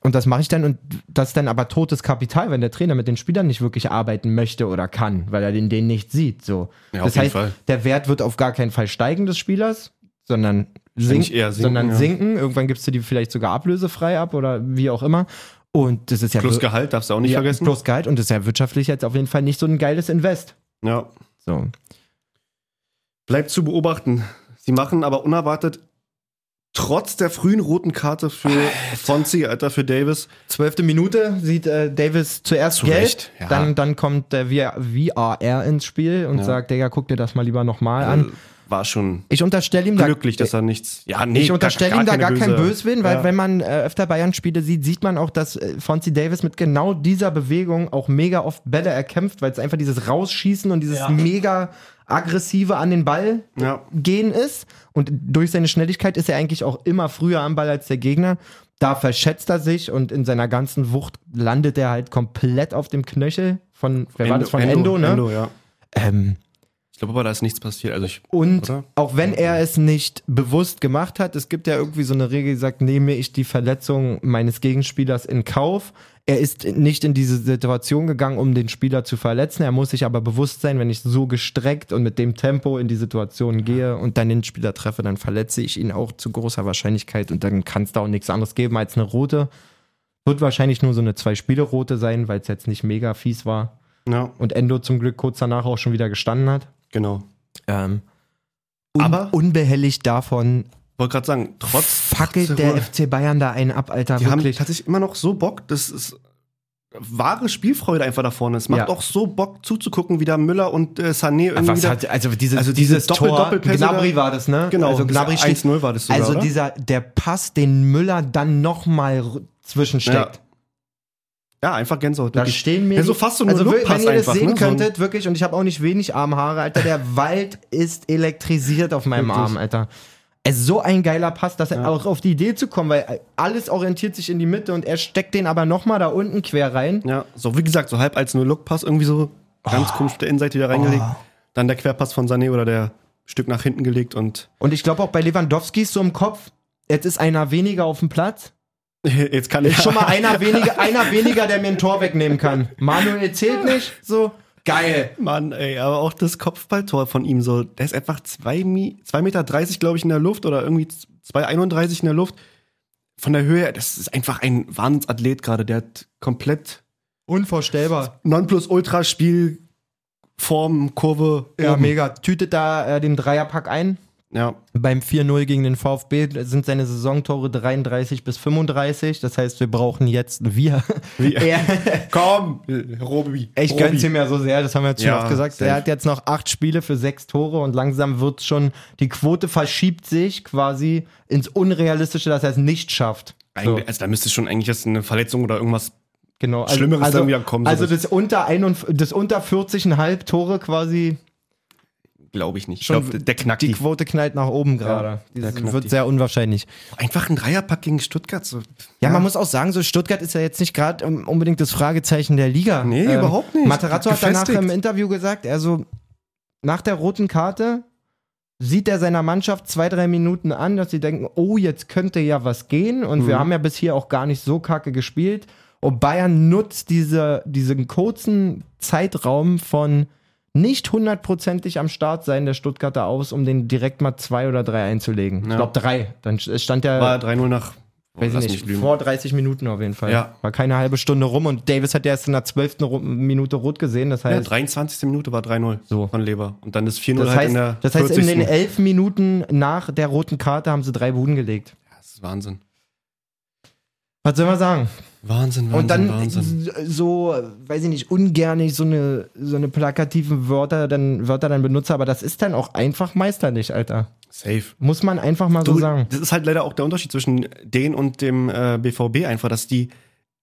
B: Und das mache ich dann und das ist dann aber totes Kapital, wenn der Trainer mit den Spielern nicht wirklich arbeiten möchte oder kann, weil er den, den nicht sieht. So.
A: Ja, auf
B: das
A: jeden
B: heißt,
A: Fall.
B: der Wert wird auf gar keinen Fall steigen des Spielers, sondern, sink,
A: Eigentlich eher sinken,
B: sondern
A: ja.
B: sinken. Irgendwann gibst du die vielleicht sogar ablösefrei ab oder wie auch immer. Und das ist ja
A: Plus
B: wir-
A: Gehalt darfst du auch nicht
B: ja,
A: vergessen.
B: Plus Gehalt und das ist ja wirtschaftlich jetzt auf jeden Fall nicht so ein geiles Invest.
A: Ja.
B: So.
A: Bleibt zu beobachten. Sie machen aber unerwartet, trotz der frühen roten Karte für Fonzi, Alter, für Davis,
B: Zwölfte Minute sieht äh, Davis zuerst
A: Zu
B: Gelb,
A: Recht, ja.
B: dann, dann kommt der VAR ins Spiel und
A: Ja. Also
B: sagt, Digga, guck dir das mal lieber nochmal an.
A: war schon
B: Ich unterstelle ihm da,
A: glücklich, dass er nichts. Ja, nee,
B: ich unterstelle ihm da gar keinen
A: böse-
B: Böswillen, weil
A: Ja.
B: wenn man äh, öfter Bayern-Spiele sieht, sieht man auch, dass äh, Fonzie Davis mit genau dieser Bewegung auch mega oft Bälle erkämpft, weil es einfach dieses Rausschießen und dieses mega aggressive an den Ball
A: Ja.
B: gehen ist. Und durch seine Schnelligkeit ist er eigentlich auch immer früher am Ball als der Gegner. Da verschätzt er sich und in seiner ganzen Wucht landet er halt komplett auf dem Knöchel von, wer war das, von Endo, ne?
A: Endo, ja.
B: Ähm,
A: Ich glaube aber, da ist nichts passiert. Also ich,
B: und
A: Oder?
B: auch wenn er es nicht bewusst gemacht hat, es gibt ja irgendwie so eine Regel, die sagt, nehme ich die Verletzung meines Gegenspielers in Kauf. er ist nicht in diese Situation gegangen, um den Spieler zu verletzen. Er muss sich aber bewusst sein, wenn ich so gestreckt und mit dem Tempo in die Situation gehe und dann den Spieler treffe, dann verletze ich ihn auch zu großer Wahrscheinlichkeit und dann kann es da auch nichts anderes geben als eine rote. Wird wahrscheinlich nur so eine Zwei-Spiele-Rote sein, weil es jetzt nicht mega fies war.
A: Ja,
B: Und Endo zum Glück kurz danach auch schon wieder gestanden hat.
A: genau.
B: Ähm,
A: Aber-
B: unbehelligt davon
A: Wollte gerade sagen, trotz.
B: fackelt
A: trotz
B: der
A: Ruhe.
B: FC Bayern da einen ab, Alter.
A: Die haben
B: wirklich.
A: tatsächlich immer noch so Bock, das ist wahre Spielfreude einfach da vorne. Es macht
B: Ja.
A: auch so Bock zuzugucken, wie da Müller und äh, Sané irgendwie
B: Was
A: da,
B: hat, also dieses,
A: also diese
B: dieses
A: Doppel-
B: Tor,
A: Doppelpässe
B: Gnabry
A: da-
B: war das, ne?
A: Genau,
B: also Gnabry steht,
A: 1-0 war das sogar,
B: Also
A: oder?
B: dieser, der Pass, den Müller dann nochmal zwischensteckt.
A: Ja, Ja, einfach Gänsehaut.
B: Da
A: wirklich.
B: stehen mir.
A: Ja, so fast so ein
B: also, wenn ihr
A: Look-Pass
B: das
A: einfach,
B: sehen
A: ne? So ein-
B: könntet, wirklich, und ich habe auch nicht wenig Armhaare, Alter, der Wald ist elektrisiert auf meinem
A: Wirklich.
B: Arm, Alter. Es ist so ein geiler Pass, dass er
A: Ja.
B: auch auf die Idee zu kommen, weil äh, alles orientiert sich in die Mitte und er steckt den aber nochmal da unten quer rein.
A: Ja, so wie gesagt, so halb als nur Lookpass irgendwie so ganz
B: Oh.
A: komisch der Innenseite wieder reingelegt. Dann der Querpass von Sané oder der Stück nach hinten gelegt und
B: Und ich glaube auch bei Lewandowski ist so im Kopf, jetzt ist einer weniger auf dem Platz.
A: jetzt kann ich
B: Schon mal einer weniger, einer weniger, der mir ein Tor wegnehmen kann. Manuel zählt nicht, so geil.
A: Mann, ey, aber auch das Kopfballtor von ihm so, der ist einfach 2,30 Meter, glaube ich, in der Luft oder irgendwie 2,31 in der Luft. Von der Höhe, her, das ist einfach ein Wahnsinnsathlet gerade, der hat komplett
B: Unvorstellbar.
A: Nonplusultra-Spiel, Form, Kurve.
B: Ja,
A: oben.
B: mega. Tütet da äh, den Dreierpack ein.
A: Ja,
B: Beim 4-0 gegen den VfB sind seine Saisontore 33 bis 35. Das heißt, wir brauchen jetzt wir.
A: Wie-
B: Er,
A: Komm, Robi.
B: ich gönn's ihm ja so sehr, das haben wir jetzt schon
A: Ja,
B: oft gesagt. Er
A: safe.
B: hat jetzt noch acht Spiele für sechs Tore und langsam wird schon, die Quote verschiebt sich quasi ins Unrealistische, dass er es nicht schafft. So.
A: Eigentlich, also da müsste schon eigentlich jetzt eine Verletzung oder irgendwas
B: Genau. Also,
A: Schlimmeres dann wieder kommen,
B: Also
A: sowas.
B: das unter, einund- das unter 40,5 Tore quasi,
A: Glaube ich nicht.
B: Schon
A: ich glaub, der knackt
B: die
A: die.
B: Quote knallt nach oben gerade.
A: der
B: das
A: knackt
B: wird
A: die.
B: sehr unwahrscheinlich.
A: Einfach ein Dreierpack gegen Stuttgart. So.
B: Ja, man muss auch sagen, so Stuttgart ist ja jetzt nicht gerade ähm, unbedingt das Fragezeichen der Liga. Ähm,
A: Nee, überhaupt nicht.
B: Materazzo hat danach
A: Gefestigt.
B: im Interview gesagt, er so, nach der roten Karte sieht er seiner Mannschaft zwei, drei Minuten an, dass sie denken, oh, jetzt könnte ja was gehen und
A: Mhm.
B: wir haben ja bis hier auch gar nicht so kacke gespielt. Und Bayern nutzt diese, diesen kurzen Zeitraum von nicht hundertprozentig am Start sein der Stuttgarter aus, um den direkt mal zwei oder drei einzulegen. Ich
A: Ja.
B: glaube drei. Dann es stand ja
A: War 3-0 nach.
B: Weiß
A: Lass
B: ich
A: mich
B: nicht,
A: lügen.
B: vor 30 Minuten auf jeden Fall.
A: Ja.
B: War keine halbe Stunde rum und Davis hat ja erst in der 12. Ru- Minute rot gesehen. Das
A: Ja,
B: heißt,
A: 23. Minute war 3-0
B: So.
A: von Leber. Und dann ist 4-0
B: das
A: halt
B: heißt,
A: in der
B: das heißt in
A: 40..
B: den elf Minuten nach der roten Karte haben sie drei Buden gelegt.
A: Ja, das ist Wahnsinn.
B: Was soll man sagen?
A: Wahnsinn, Wahnsinn,
B: und dann
A: Wahnsinn.
B: so, weiß ich nicht, ungern ich so eine, so eine plakativen Wörter dann, Wörter dann benutze, aber das ist dann auch einfach meisterlich, Alter.
A: Safe.
B: Muss man einfach mal so
A: Du,
B: sagen.
A: das ist halt leider auch der Unterschied zwischen denen und dem äh, BVB einfach, dass die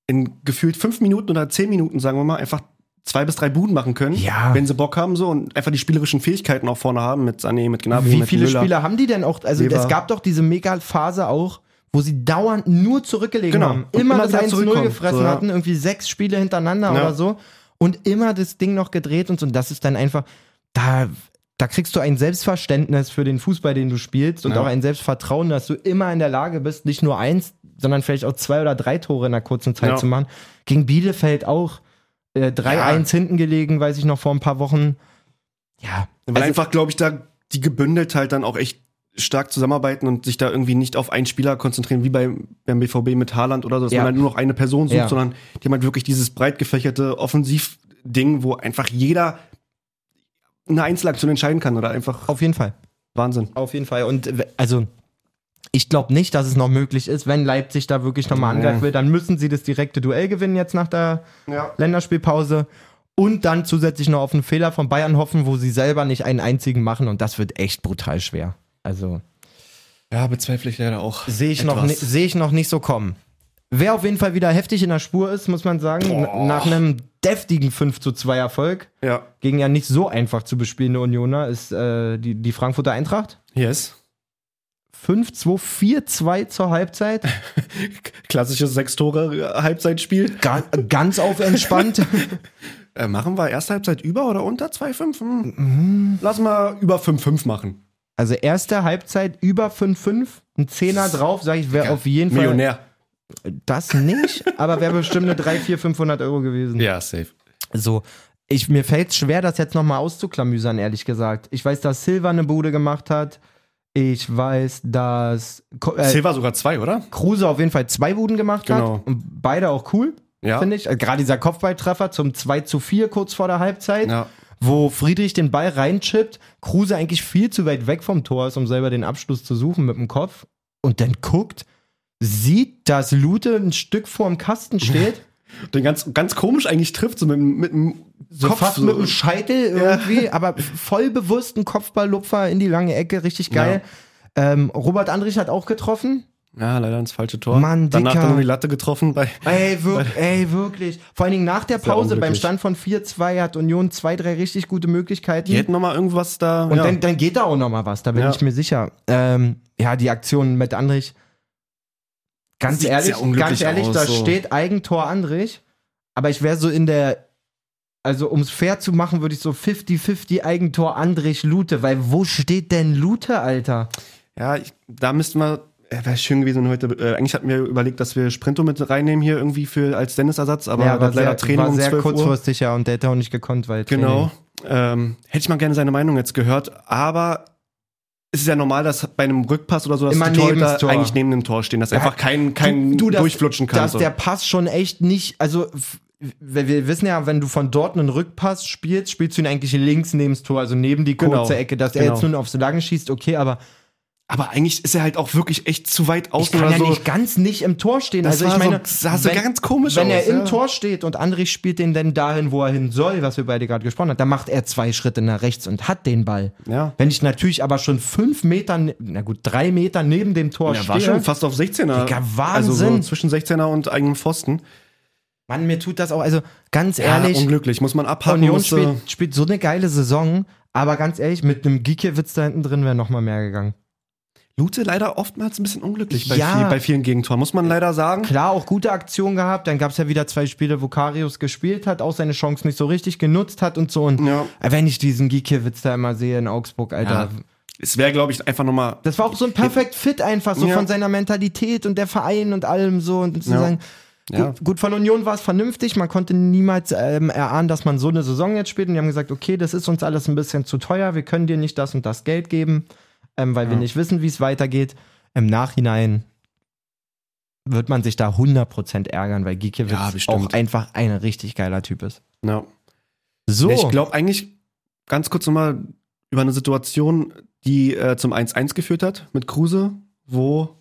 A: in gefühlt fünf Minuten oder zehn Minuten, sagen wir mal, einfach zwei bis drei Buden machen können,
B: Ja.
A: wenn sie Bock haben so und einfach die spielerischen Fähigkeiten auch vorne haben mit Sané, mit Gnabry,
B: Wie
A: mit
B: viele
A: Müller.
B: Spieler haben die denn auch? Also
A: Lever.
B: es gab doch diese Mega-Phase auch, wo sie dauernd nur zurückgelegen
A: Genau.
B: haben.
A: Und
B: Immer,
A: immer
B: das
A: wieder
B: 1-0
A: zurückkommen.
B: gefressen
A: So, ja.
B: hatten, irgendwie sechs Spiele hintereinander
A: Ja.
B: oder so. Und immer das Ding noch gedreht und so. Und das ist dann einfach, da, da kriegst du ein Selbstverständnis für den Fußball, den du spielst und
A: Ja.
B: auch ein Selbstvertrauen, dass du immer in der Lage bist, nicht nur eins, sondern vielleicht auch zwei oder drei Tore in einer kurzen Zeit
A: Ja.
B: zu machen. Gegen Bielefeld auch. Äh, 3-1 hinten gelegen, weiß ich noch, vor ein paar Wochen. Ja.
A: Weil einfach, glaube ich, da die gebündelt halt dann auch echt stark zusammenarbeiten und sich da irgendwie nicht auf einen Spieler konzentrieren, wie bei, beim BVB mit Haaland oder so, dass
B: Ja.
A: man halt nur noch eine Person sucht,
B: Ja.
A: sondern die haben halt wirklich dieses breit gefächerte Offensivding, wo einfach jeder eine Einzelaktion entscheiden kann oder einfach
B: Auf jeden Fall.
A: Wahnsinn.
B: Auf jeden Fall. Und äh, also, ich glaube nicht, dass es noch möglich ist, wenn Leipzig da wirklich nochmal angreifen will, dann müssen sie das direkte Duell gewinnen jetzt nach der
A: Ja.
B: Länderspielpause. Und dann zusätzlich noch auf einen Fehler von Bayern hoffen, wo sie selber nicht einen einzigen machen. Und das wird echt brutal schwer. Also
A: Ja, bezweifle ich leider auch.
B: sehe ich, noch ni-
A: Etwas.
B: sehe ich noch nicht so kommen. Wer auf jeden Fall wieder heftig in der Spur ist, muss man sagen, n- nach einem deftigen 5 zu 2 Erfolg
A: Ja.
B: gegen ja nicht so einfach zu bespielende Unioner ist äh, die, die Frankfurter Eintracht.
A: Yes.
B: 5-2-4-2 zur Halbzeit.
A: Klassisches Sechs-Tore-Halbzeitspiel.
B: Ga ganz auf entspannt.
A: Äh, machen wir erste Halbzeit über oder unter 2-5? Hm. Lass mal über 5-5 machen.
B: Also erste Halbzeit über 5-5, ein Zehner drauf, sage ich, wäre auf jeden Fall.
A: Millionär.
B: Das nicht, aber wäre bestimmt eine 3, 4, 500 Euro gewesen.
D: Ja, safe.
B: So, ich, mir fällt es schwer, das jetzt nochmal auszuklamüsern, ehrlich gesagt. Ich weiß, dass Silva eine Bude gemacht hat. Ich weiß, dass Ko- äh,
D: Silva sogar zwei, oder?
B: Kruse auf jeden Fall zwei Buden gemacht
A: Genau.
B: hat. Und beide auch cool,
A: Ja.
B: finde ich. Äh, Gerade dieser Kopfballtreffer zum 2 zu 4 kurz vor der Halbzeit,
A: Ja.
B: wo Friedrich den Ball reinchippt, Kruse eigentlich viel zu weit weg vom Tor ist, um selber den Abschluss zu suchen mit dem Kopf. Und dann guckt, sieht, dass Lute ein Stück vorm Kasten steht.
A: Den ganz, ganz komisch eigentlich trifft, so mit, dem- mit dem
B: so
A: Kopf.
B: fast
A: so.
B: mit dem Scheitel irgendwie, aber voll bewusst ein Kopfballlupfer in die lange Ecke, richtig geil. Ähm, Robert Andrich hat auch getroffen.
A: ja, leider ins falsche Tor.
B: Mann,
A: Danach
B: Dicker.
A: dann noch die Latte getroffen bei.
B: Ey, wir ey, wirklich. Vor allen Dingen nach der
A: Sehr
B: Pause beim
A: unglücklich.
B: Stand von 4-2 hat Union zwei, drei richtig gute Möglichkeiten.
A: Die hätten nochmal irgendwas da.
B: Und
A: ja.
B: dann, dann geht da auch noch mal was, da bin
A: Ja.
B: ich mir sicher. Ähm, ja, die Aktion mit Andrich. Ganz
A: Sieht
B: ehrlich,
A: sehr unglücklich
B: ganz ehrlich,
A: aus,
B: da
A: so.
B: steht Eigentor Andrich, aber ich wäre so in der also um es fair zu machen, würde ich so 50-50 Eigentor Andrich Lute, weil wo steht denn Lute, Alter?
A: Ja, ich, da müssten wir. Wäre schön gewesen wenn heute. Äh, eigentlich hatten wir überlegt, dass wir Sprinto mit reinnehmen hier irgendwie für als Dennis-Ersatz, aber
B: ja,
A: er hat leider Training
B: war
A: um
B: sehr
A: 12 Uhr.
B: kurzfristig, ja, und der hätte auch nicht gekonnt, weil
A: Genau. Ähm, hätte ich mal gerne seine Meinung jetzt gehört, aber es ist ja normal, dass bei einem Rückpass oder so, dass
B: Immer
A: die Torhüter
B: neben das Tor.
A: eigentlich neben dem Tor stehen, dass einfach kein, kein
B: Du, du, dass-
A: durchflutschen kann.
B: dass
A: so.
B: der Pass schon echt nicht, also f- wir wir wissen ja, wenn du von dort einen Rückpass spielst, spielst du ihn eigentlich links neben das Tor, also neben die
A: Genau.
B: kurze Ecke, dass er
A: Genau.
B: jetzt nun aufs Lagen schießt, okay, aber
A: aber eigentlich ist er halt auch wirklich echt zu weit
B: ich
A: außen
B: kann
A: oder
B: ja
A: so.
B: nicht ganz nicht im Tor stehen.
A: Das
B: also ich
A: war so-
B: meine,
A: sah so ganz komisch
B: wenn er
A: aus,
B: im
A: ja.
B: Tor steht und Andrich spielt den dann dahin, wo er hin soll, was wir beide gerade gesprochen haben, dann macht er zwei Schritte nach rechts und hat den Ball.
A: Ja.
B: Wenn ich natürlich aber schon fünf Meter, ne- na gut, drei Meter neben dem Tor
A: Er
B: stehe,
A: war schon fast auf 16er.
B: Digga,
A: Also so
B: Wahnsinn.
A: zwischen 16er und eigenem Pfosten.
B: Mann, mir tut das auch, also ganz
A: ja,
B: ehrlich,
A: unglücklich. Muss äh, man abhaken.
B: Union
A: musste-
B: spielt, spielt so eine geile Saison, aber ganz ehrlich, mit einem Gikiewicz da hinten drin wäre nochmal mehr gegangen.
A: Lute leider oftmals ein bisschen unglücklich bei,
B: Ja.
A: viel, bei vielen Gegentoren, muss man leider sagen.
B: Klar, auch gute Aktionen gehabt, dann gab es ja wieder zwei Spiele, wo Karius gespielt hat, auch seine Chance nicht so richtig genutzt hat und so. Und
A: Ja.
B: wenn ich diesen Gikiewicz da immer sehe in Augsburg, Alter.
A: Ja. Es wäre, glaube ich, einfach nochmal.
B: Das war auch so ein perfekt Fit einfach, so
A: Ja.
B: von seiner Mentalität und der Verein und allem so. Und zu
A: Ja.
B: sagen,
A: Ja.
B: Gut, gut, von Union war es vernünftig. Man konnte niemals ähm, erahnen, dass man so eine Saison jetzt spielt. Und die haben gesagt, okay, das ist uns alles ein bisschen zu teuer. Wir können dir nicht das und das Geld geben, ähm, weil wir nicht wissen, wie es weitergeht. Im Nachhinein wird man sich da 100% ärgern, weil Gikiewicz
A: Ja, bestimmt.
B: auch einfach ein richtig geiler Typ ist.
A: Ja.
B: So,
A: Ja, ich glaube eigentlich ganz kurz nochmal über eine Situation, die äh, zum 1-1 geführt hat mit Kruse, wo.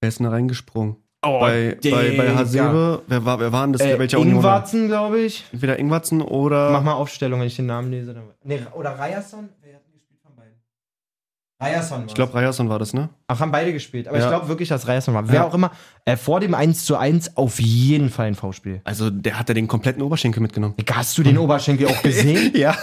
A: Wer ist denn da reingesprungen? bei, bei, bei
B: Oh, Digga.
A: Hasebe. Wer war, wer war denn das?
B: äh,
A: Welcher Unioner?
B: Ingwarzen, glaube ich.
A: Entweder Ingwarzen oder.
B: Mach mal Aufstellung, wenn ich den Namen lese. Dann... Nee, oder Ryerson? Wer hat denn gespielt von beiden? Ryerson war's.
A: ich glaube, Ryerson war das, ne?
B: Ach, haben beide gespielt. Aber
A: Ja.
B: ich glaube wirklich, dass Ryerson war. Wer
A: Ja.
B: auch immer, äh, vor dem 1 zu 1 auf jeden Fall ein V-Spiel.
A: Also, der hat ja den kompletten Oberschenkel mitgenommen.
B: Digga, Hast du den
A: Hm.
B: Oberschenkel auch gesehen?
A: Ja,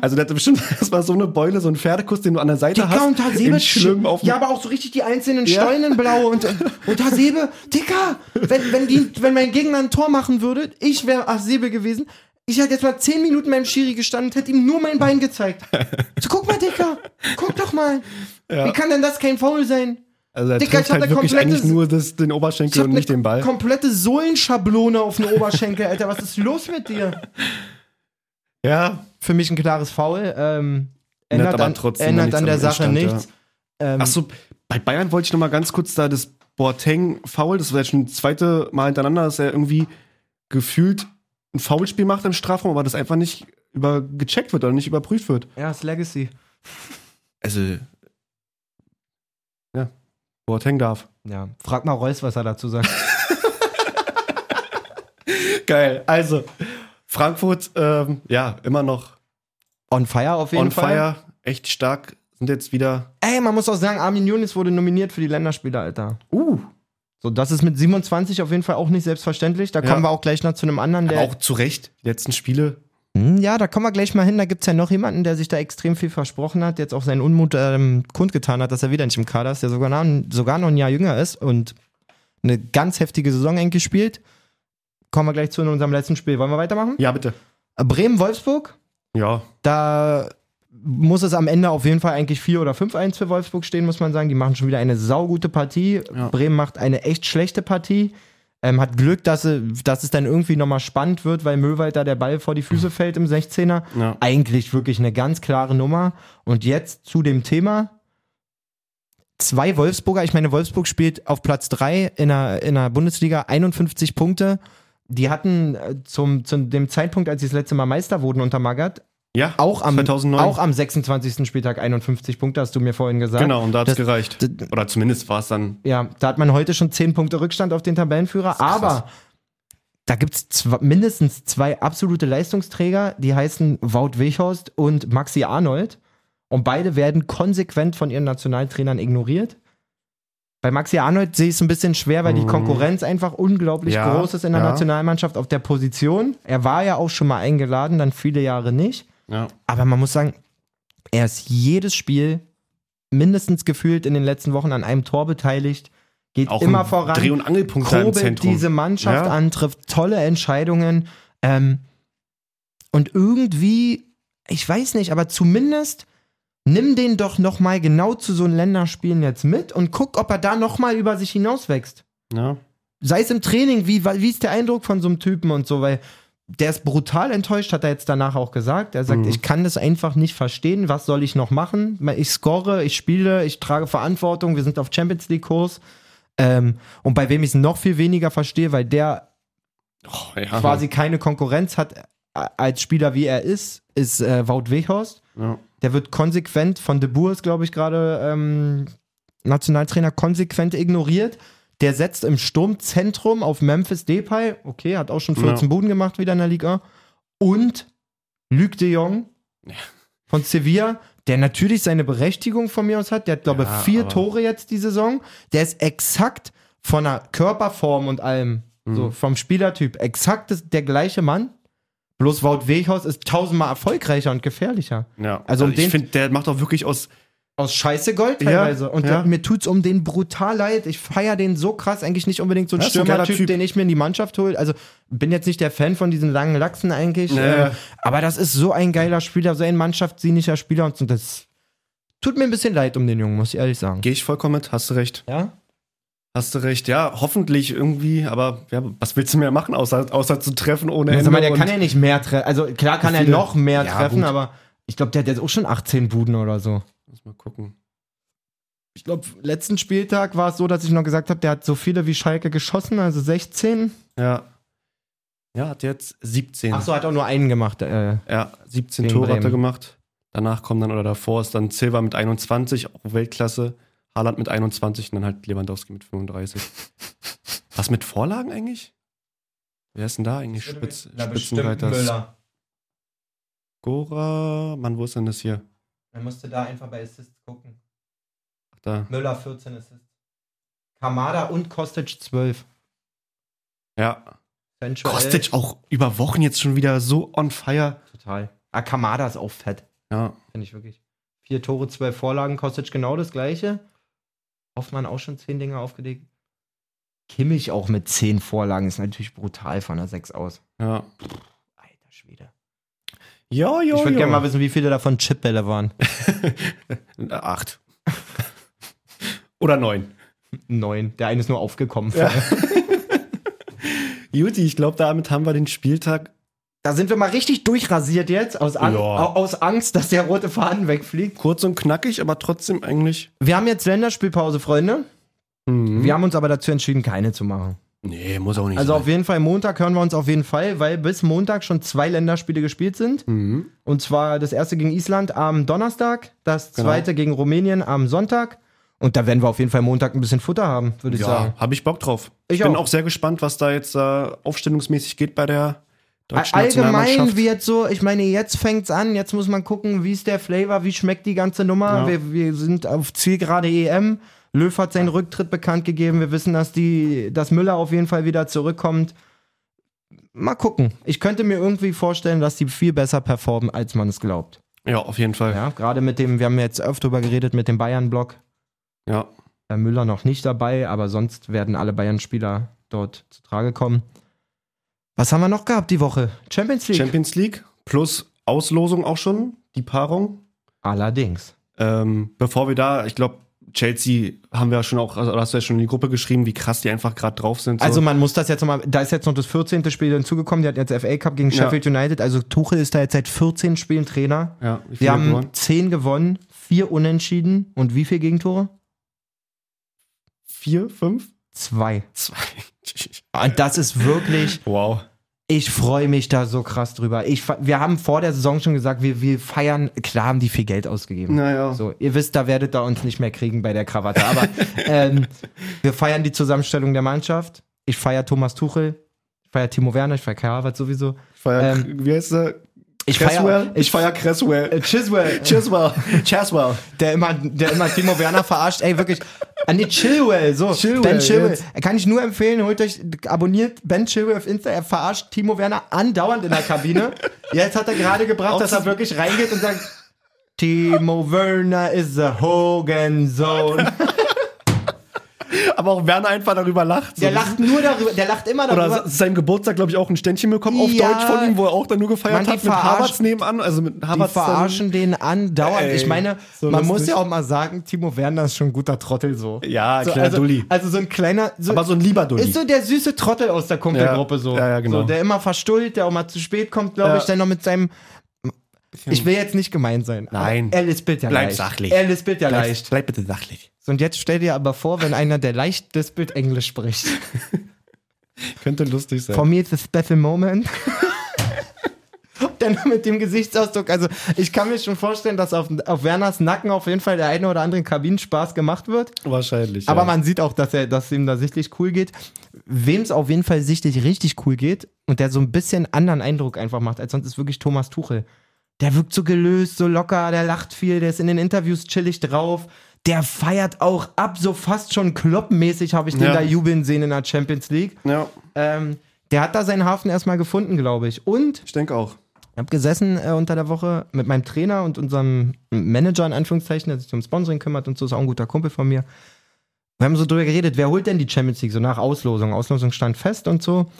A: also der hatte bestimmt erstmal so eine Beule, so einen Pferdekuss, den du an der Seite
B: Dicker und
A: hast. in
B: Hasebe
A: schlimm auf
B: Ja, aber auch so richtig die einzelnen
A: Ja.
B: Steunen blau und, und Hasebe, Dicker, wenn, wenn, die, wenn mein Gegner ein Tor machen würde, ich wäre Hasebe gewesen. Ich hätte jetzt mal 10 Minuten meinem Schiri gestanden und hätte ihm nur mein Bein gezeigt. So, guck mal, Dicker, guck doch mal. Wie kann denn das kein Foul sein?
A: also er
B: Dicker, ich
A: trifft
B: hab
A: halt
B: eine
A: wirklich
B: komplette-
A: eigentlich nur das, den Oberschenkel
B: hab
A: und nicht
B: eine
A: den Ball.
B: komplette Sohlenschablone auf den Oberschenkel, Alter. Was ist los mit dir?
A: Ja,
B: Für mich ein klares Foul. Ähm,
A: Ändert
B: ändert
A: aber
B: an,
A: trotzdem
B: ändert
A: nichts
B: an
A: am
B: der Sache
A: Endstand,
B: nichts. Ähm,
A: achso, bei Bayern wollte ich noch mal ganz kurz da das Boateng-Foul, das war jetzt schon das zweite Mal hintereinander, dass er irgendwie gefühlt ein Foulspiel macht im Strafraum, aber das einfach nicht über gecheckt wird oder nicht überprüft wird.
B: ja, ist Legacy.
A: Also, ja, Boateng darf.
B: Ja, frag mal Reus, was er dazu sagt.
A: Geil, also, Frankfurt, ähm, ja, immer noch
B: On Fire auf jeden
A: on
B: Fall.
A: fire, echt stark. Sind jetzt wieder.
B: Ey, man muss auch sagen, Armin Younis wurde nominiert für die Länderspiele, Alter.
A: Uh,
B: So, das ist mit 27 auf jeden Fall auch nicht selbstverständlich. Da
A: Ja.
B: kommen wir auch gleich noch zu einem anderen, der.
A: auch zu Recht. Die letzten Spiele.
B: Hm, Ja, da kommen wir gleich mal hin. Da gibt es ja noch jemanden, der sich da extrem viel versprochen hat, jetzt auch seinen Unmut ähm, kundgetan hat, dass er wieder nicht im Kader ist, der sogar, na- sogar noch ein Jahr jünger ist und eine ganz heftige Saison eigentlich spielt. Kommen wir gleich zu in unserem letzten Spiel. Wollen wir weitermachen?
A: Ja, bitte.
B: Bremen-Wolfsburg,
A: Ja.
B: da muss es am Ende auf jeden Fall eigentlich 4 oder 5-1 für Wolfsburg stehen, muss man sagen. Die machen schon wieder eine saugute Partie.
A: Ja.
B: Bremen macht eine echt schlechte Partie. Ähm, hat Glück, dass, sie, dass es dann irgendwie nochmal spannend wird, weil Möwald da der Ball vor die Füße fällt im 16er.
A: Ja.
B: Eigentlich wirklich eine ganz klare Nummer. Und jetzt zu dem Thema. Zwei Wolfsburger, ich meine, Wolfsburg spielt auf Platz 3 in der, in der Bundesliga 51 Punkte. Die hatten äh, zum, zu dem Zeitpunkt, als sie das letzte Mal Meister wurden unter Magath,
A: Ja,
B: auch am,
A: 2009.
B: auch am 26. Spieltag 51 Punkte, hast du mir vorhin gesagt.
A: genau, und da hat es
B: Das-
A: gereicht.
B: d-
A: Oder zumindest war es dann.
B: Ja, da hat man heute schon 10 Punkte Rückstand auf den Tabellenführer, aber da gibt es mindestens zwei absolute Leistungsträger, die heißen Wout Weghorst und Maxi Arnold. Und beide werden konsequent von ihren Nationaltrainern ignoriert. Bei Maxi Arnold sehe ich es ein bisschen schwer, weil die
A: Mhm.
B: Konkurrenz einfach unglaublich
A: Ja,
B: groß ist in der
A: ja.
B: Nationalmannschaft auf der Position. Er war ja auch schon mal eingeladen, dann viele Jahre nicht.
A: Ja.
B: Aber man muss sagen, er ist jedes Spiel mindestens gefühlt in den letzten Wochen an einem Tor beteiligt, geht
A: Auch
B: immer
A: ein
B: voran,
A: Dreh- und Angelpunkt da im
B: kurbelt
A: Zentrum.
B: diese Mannschaft
A: Ja.
B: an, trifft tolle Entscheidungen. Ähm, und irgendwie, ich weiß nicht, aber zumindest nimm den doch nochmal genau zu so einem Länderspielen jetzt mit und guck, ob er da nochmal über sich hinauswächst
A: ja.
B: sei es im Training, wie, wie ist der Eindruck von so einem Typen und so, weil der ist brutal enttäuscht, hat er jetzt danach auch gesagt. Er sagt,
A: Mhm.
B: ich kann das einfach nicht verstehen, was soll ich noch machen? Ich score, ich spiele, ich trage Verantwortung, wir sind auf Champions League-Kurs. Ähm, und bei wem ich es noch viel weniger verstehe, weil der
A: Oh, ja.
B: quasi keine Konkurrenz hat äh, als Spieler, wie er ist, ist äh, Wout Weghorst.
A: Ja.
B: Der wird konsequent von De Boer ist, glaube ich, gerade ähm, Nationaltrainer, konsequent ignoriert. Der setzt im Sturmzentrum auf Memphis Depay. Okay, hat auch schon 14
A: Ja.
B: Buden gemacht wieder in der Liga. Und Luc de Jong von Sevilla, der natürlich seine Berechtigung von mir aus hat. Der hat, glaube ich,
A: Ja,
B: vier
A: aber-
B: Tore jetzt die Saison. Der ist exakt von der Körperform und allem,
A: Mhm.
B: so vom Spielertyp, exakt ist der gleiche Mann. Bloß Wout Weghorst ist tausendmal erfolgreicher und gefährlicher.
A: Ja. Also,
B: Also um
A: ich
B: den-
A: finde, der macht auch wirklich aus.
B: Aus Scheiße Gold teilweise. und
A: ja.
B: mir tut's um den brutal leid. Ich feier den so krass. Eigentlich nicht unbedingt so ein
A: Das ist ein geiler
B: Stürmertyp,
A: Typ.
B: den ich mir in die Mannschaft hole. Also bin jetzt nicht der Fan von diesen langen Lachsen eigentlich.
A: Nee.
B: Ähm, aber das ist so ein geiler Spieler, so ein mannschaftsdienlicher Spieler. Und so. das tut mir ein bisschen leid um den Jungen, muss ich ehrlich sagen.
A: Gehe ich vollkommen mit, hast du recht.
B: Ja?
A: Hast du recht, ja, hoffentlich irgendwie, aber ja, was willst du mehr machen, außer, außer zu treffen ohne
B: Also,
A: Ende?
B: mal, der
A: und-
B: kann ja nicht mehr treffen. Also klar kann er
A: Viele-
B: noch mehr
A: Ja,
B: treffen,
A: gut.
B: aber ich glaube, der hat jetzt auch schon 18 Buden oder so.
A: Muss mal gucken.
B: ich glaube, letzten Spieltag war es so, dass ich noch gesagt habe, der hat so viele wie Schalke geschossen, also 16.
A: Ja. Ja, hat jetzt 17.
B: Achso, hat auch nur einen gemacht. Äh,
A: Ja, 17
B: Gegen
A: Tore hat er
B: Bremen.
A: gemacht. Danach kommen dann oder davor ist dann Silva mit 21, auch Weltklasse. Haaland mit 21 und dann halt Lewandowski mit 35. Was mit Vorlagen eigentlich? Wer ist denn da eigentlich Spitz, Spitzenreiter? Gora, Mann, wo ist denn das hier?
B: Man musste da einfach bei Assists gucken.
A: Ach, da.
B: Müller 14 Assists. Kamada und Kostic 12.
A: Ja.
B: Sensual.
A: Kostic auch über Wochen jetzt schon wieder so on fire.
B: Total. Ah, Kamada ist auch fett,
A: Ja.
B: finde ich wirklich. Vier Tore, zwölf Vorlagen, Kostic genau das gleiche. Hoffmann auch schon zehn Dinge aufgelegt. Kimmich auch mit zehn Vorlagen ist natürlich brutal von der 6 aus.
A: Ja.
B: Alter Schwede.
A: Ja, ja,
B: Ich würde
A: ja.
B: gerne mal wissen, wie viele davon Chipbälle waren.
A: Äh, Acht. Oder neun.
B: Neun. Der eine ist nur aufgekommen.
A: Juti, ich glaube, damit haben wir den Spieltag.
B: Da sind wir mal richtig durchrasiert jetzt, aus, An
A: Ja.
B: au- aus Angst, dass der rote Faden wegfliegt.
A: Kurz und knackig, aber trotzdem eigentlich.
B: Wir haben jetzt Länderspielpause, Freunde.
A: Mhm.
B: Wir haben uns aber dazu entschieden, keine zu machen.
A: Nee, muss auch nicht.
B: Also
A: sein.
B: auf jeden Fall Montag hören wir uns auf jeden Fall, weil bis Montag schon zwei Länderspiele gespielt sind.
A: Mhm.
B: Und zwar das erste gegen Island am Donnerstag, das
A: Genau.
B: zweite gegen Rumänien am Sonntag. Und da werden wir auf jeden Fall Montag ein bisschen Futter haben, würde ich sagen.
A: Ja, habe ich Bock drauf.
B: Ich
A: Ich bin
B: auch.
A: auch sehr gespannt, was da jetzt äh, aufstellungsmäßig geht bei der deutschen
B: Allgemein
A: Nationalmannschaft.
B: wie jetzt so, ich meine, jetzt fängt's an, jetzt muss man gucken, wie ist der Flavor, wie schmeckt die ganze Nummer.
A: Ja.
B: Wir, wir sind auf Zielgerade EM. Löw hat seinen Rücktritt bekannt gegeben. Wir wissen, dass die, dass Müller auf jeden Fall wieder zurückkommt. Mal gucken. Ich könnte mir irgendwie vorstellen, dass die viel besser performen, als man es glaubt.
A: ja, auf jeden Fall. Ja.
B: Ja, gerade mit dem, wir haben jetzt öfter drüber geredet, mit dem Bayern-Block. Äh, Müller noch nicht dabei, aber sonst werden alle Bayern-Spieler dort zu Trage kommen. Was haben wir noch gehabt die Woche? Champions League.
A: Champions League plus Auslosung auch schon, die Paarung.
B: Allerdings.
A: Ähm, bevor wir da, ich glaube, Chelsea haben wir ja schon auch, also hast du ja schon in die Gruppe geschrieben, wie krass die einfach gerade drauf sind. so.
B: Also man muss das jetzt nochmal, da ist jetzt noch das 14. Spiel hinzugekommen, die hat jetzt FA Cup gegen Sheffield United, also Tuchel ist da jetzt seit 14 Spielen Trainer.
A: ja, wie
B: Sie
A: viele
B: haben
A: gewonnen?
B: 10 gewonnen, 4 unentschieden und wie viele Gegentore?
A: vier, fünf,
B: Zwei.
A: zwei.
B: Und das ist wirklich
A: wow.
B: Ich freue mich da so krass drüber. Ich, fe- wir haben vor der Saison schon gesagt, wir, wir feiern, klar haben die viel Geld ausgegeben.
A: Naja.
B: So, ihr wisst, da werdet ihr uns nicht mehr kriegen bei der Krawatte. Aber ähm, wir feiern die Zusammenstellung der Mannschaft. Ich feiere Thomas Tuchel, ich feiere Timo Werner, ich feiere Kai Havertz sowieso.
A: Ich feier, wie heißt der?
B: Ich
A: Cresswell?
B: feiere
A: Ich feier Cresswell.
B: äh, Chiswell,
A: Chiswell. Chaswell.
B: der immer, der immer Timo Werner verarscht. Ey, wirklich. Ah, nee, Chilwell, so.
A: Chilwell,
B: ben Chilwell.
A: jetzt.
B: Kann ich nur empfehlen, holt euch, abonniert Ben Chilwell auf Insta. Er verarscht Timo Werner andauernd in der Kabine. Jetzt hat er gerade gebracht, dass er wirklich reingeht und sagt, Timo Werner is a Hogan Zone.
A: Aber auch Werner einfach darüber lacht. so.
B: Der lacht nur darüber, der lacht immer darüber.
A: Oder seinem Geburtstag, glaube ich, auch ein Ständchen bekommen auf
B: Ja.
A: Deutsch von ihm, wo er auch dann nur gefeiert
B: Mann, die
A: hat mit
B: verarschen-
A: Harvards nebenan. Also mit
B: Die
A: Harvards.
B: verarschen den andauernd.
A: Ey,
B: ich meine,
A: so
B: man muss
A: lustig.
B: ja auch mal sagen, Timo Werner ist schon ein guter Trottel so.
A: Dann, ja,
B: so
A: kleiner
B: also,
A: Dulli.
B: also so ein kleiner, so,
A: Aber so ein lieber Dulli.
B: Ist so der süße Trottel aus der Kumpelgruppe
A: Ja,
B: so.
A: ja, ja, genau.
B: so. Der immer verstullt, der auch mal zu spät kommt, glaube
A: Ja.
B: ich, dann noch mit seinem. Ich will jetzt nicht gemein sein. aber
A: Nein.
B: Er lispelt ja
A: Bleib
B: leicht.
A: sachlich.
B: Er lispelt ja
A: Bleib-
B: leicht.
A: Bleib bitte sachlich.
B: So, und jetzt stell dir aber vor, wenn einer, der leicht lispelt, Englisch spricht.
A: Könnte lustig sein.
B: For me it's a special moment. Dann mit dem Gesichtsausdruck. Also, ich kann mir schon vorstellen, dass auf, auf Werners Nacken auf jeden Fall der eine oder andere Kabinenspaß gemacht wird.
A: Wahrscheinlich.
B: Aber
A: ja.
B: man sieht auch, dass er, dass ihm da sichtlich cool geht. Wem es auf jeden Fall sichtlich richtig cool geht und der so ein bisschen anderen Eindruck einfach macht als sonst, ist wirklich Thomas Tuchel. Der wirkt so gelöst, so locker, der lacht viel, der ist in den Interviews chillig drauf. Der feiert auch ab, so fast schon kloppenmäßig habe ich den
A: Ja.
B: da jubeln sehen in der Champions League.
A: Ja,
B: Ähm, der hat da seinen Hafen erstmal gefunden, glaube ich. Und
A: ich denke auch.
B: ich habe gesessen äh, unter der Woche mit meinem Trainer und unserem Manager in Anführungszeichen, der sich um Sponsoring kümmert und so, ist auch ein guter Kumpel von mir. Wir haben so drüber geredet, wer holt denn die Champions League so nach Auslosung? Auslosung stand fest und so.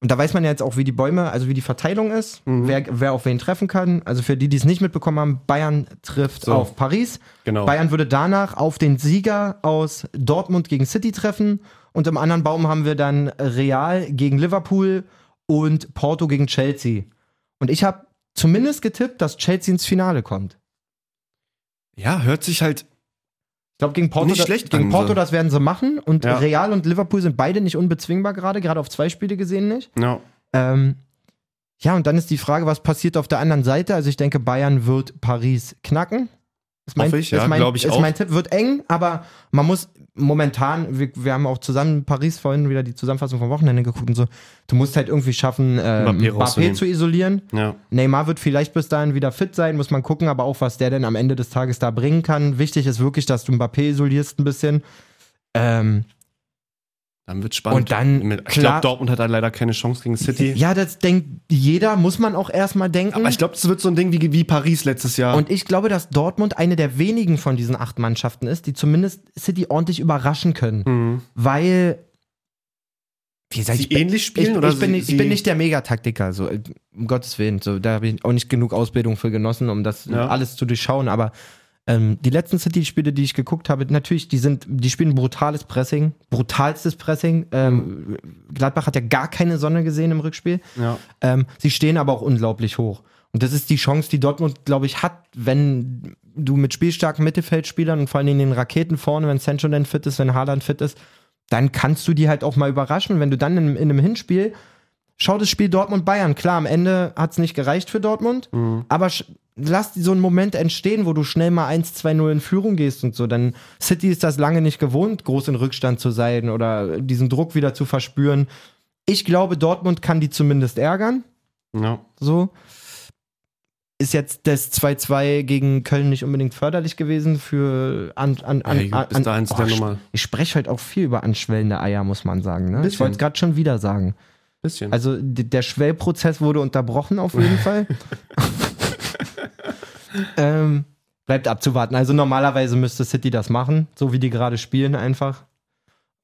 B: Und da weiß man ja jetzt auch, wie die Bäume, also wie die Verteilung ist,
A: Mhm.
B: wer, wer auf wen treffen kann. Also für die, die es nicht mitbekommen haben, Bayern trifft
A: So.
B: auf Paris.
A: Genau.
B: Bayern würde danach auf den Sieger aus Dortmund gegen City treffen. Und im anderen Baum haben wir dann Real gegen Liverpool und Porto gegen Chelsea. Und ich habe zumindest getippt, dass Chelsea ins Finale kommt.
A: Ja, hört sich halt.
B: Ich glaube, gegen Porto,
A: Nicht
B: da-
A: schlecht
B: gegen
A: an,
B: Porto
A: so.
B: das werden sie machen. Und
A: Ja.
B: Real und Liverpool sind beide nicht unbezwingbar gerade, gerade auf zwei Spiele gesehen nicht.
A: Ja.
B: Ähm, ja, und dann ist die Frage, was passiert auf der anderen Seite? Also ich denke, Bayern wird Paris knacken. Ist
A: Hoffe ich,
B: ist
A: ja,
B: mein,
A: glaub ich
B: ist
A: auch.
B: mein Tipp. Wird eng, aber man muss momentan, wir, wir haben auch zusammen Paris vorhin wieder die Zusammenfassung vom Wochenende geguckt und so, du musst halt irgendwie schaffen, ähm,
A: Mbappé
B: Mbappé
A: rauszunehmen.
B: zu isolieren.
A: Ja.
B: Neymar wird vielleicht bis dahin wieder fit sein, muss man gucken, aber auch was der denn am Ende des Tages da bringen kann. Wichtig ist wirklich, dass du Mbappé isolierst ein bisschen. Ähm,
A: Dann wird spannend.
B: Und dann,
A: Mit, ich
B: klar-
A: glaube, Dortmund hat da leider keine Chance gegen City.
B: ja, das denkt jeder, muss man auch erstmal denken.
A: Aber ich glaube, das wird so ein Ding wie, wie Paris letztes Jahr.
B: Und ich glaube, dass Dortmund eine der wenigen von diesen acht Mannschaften ist, die zumindest City ordentlich überraschen können.
A: mhm.
B: Weil. Wie gesagt,
A: Sie
B: ich bin,
A: ähnlich
B: ich,
A: spielen
B: ich,
A: oder
B: bin,
A: sie,
B: nicht, ich bin nicht der Megataktiker, so, äh, um Gottes Willen. So, da habe ich auch nicht genug Ausbildung für genossen, um das
A: Ja.
B: alles zu durchschauen. Aber ähm, die letzten City-Spiele, die ich geguckt habe, natürlich, die sind, die spielen brutales Pressing, brutalstes Pressing. Ähm, Gladbach hat ja gar keine Sonne gesehen im Rückspiel.
A: Ja.
B: Ähm, sie stehen aber auch unglaublich hoch. Und das ist die Chance, die Dortmund, glaube ich, hat, wenn du mit spielstarken Mittelfeldspielern und vor allem den Raketen vorne, wenn Sancho dann fit ist, wenn Haaland fit ist, dann kannst du die halt auch mal überraschen. Wenn du dann in, in einem Hinspiel, schau das Spiel Dortmund-Bayern. Klar, am Ende hat es nicht gereicht für Dortmund, aber sch- lass so einen Moment entstehen, wo du schnell mal 1-2-0 in Führung gehst und so. Denn City ist das lange nicht gewohnt, groß in Rückstand zu sein oder diesen Druck wieder zu verspüren. Ich glaube, Dortmund kann die zumindest ärgern.
A: Ja.
B: So. Ist jetzt das 2-2 gegen Köln nicht unbedingt förderlich gewesen für an, an, an, oh,
A: Ja, gut, bis dahin ist der nochmal-
B: Ich spreche heute auch viel über anschwellende Eier, muss man sagen. Ne? Ich
A: Bisschen.
B: wollte es gerade schon wieder sagen.
A: Bisschen.
B: Also d- der Schwellprozess wurde unterbrochen auf jeden Fall. ähm, bleibt abzuwarten. Also normalerweise müsste City das machen, so wie die gerade spielen einfach.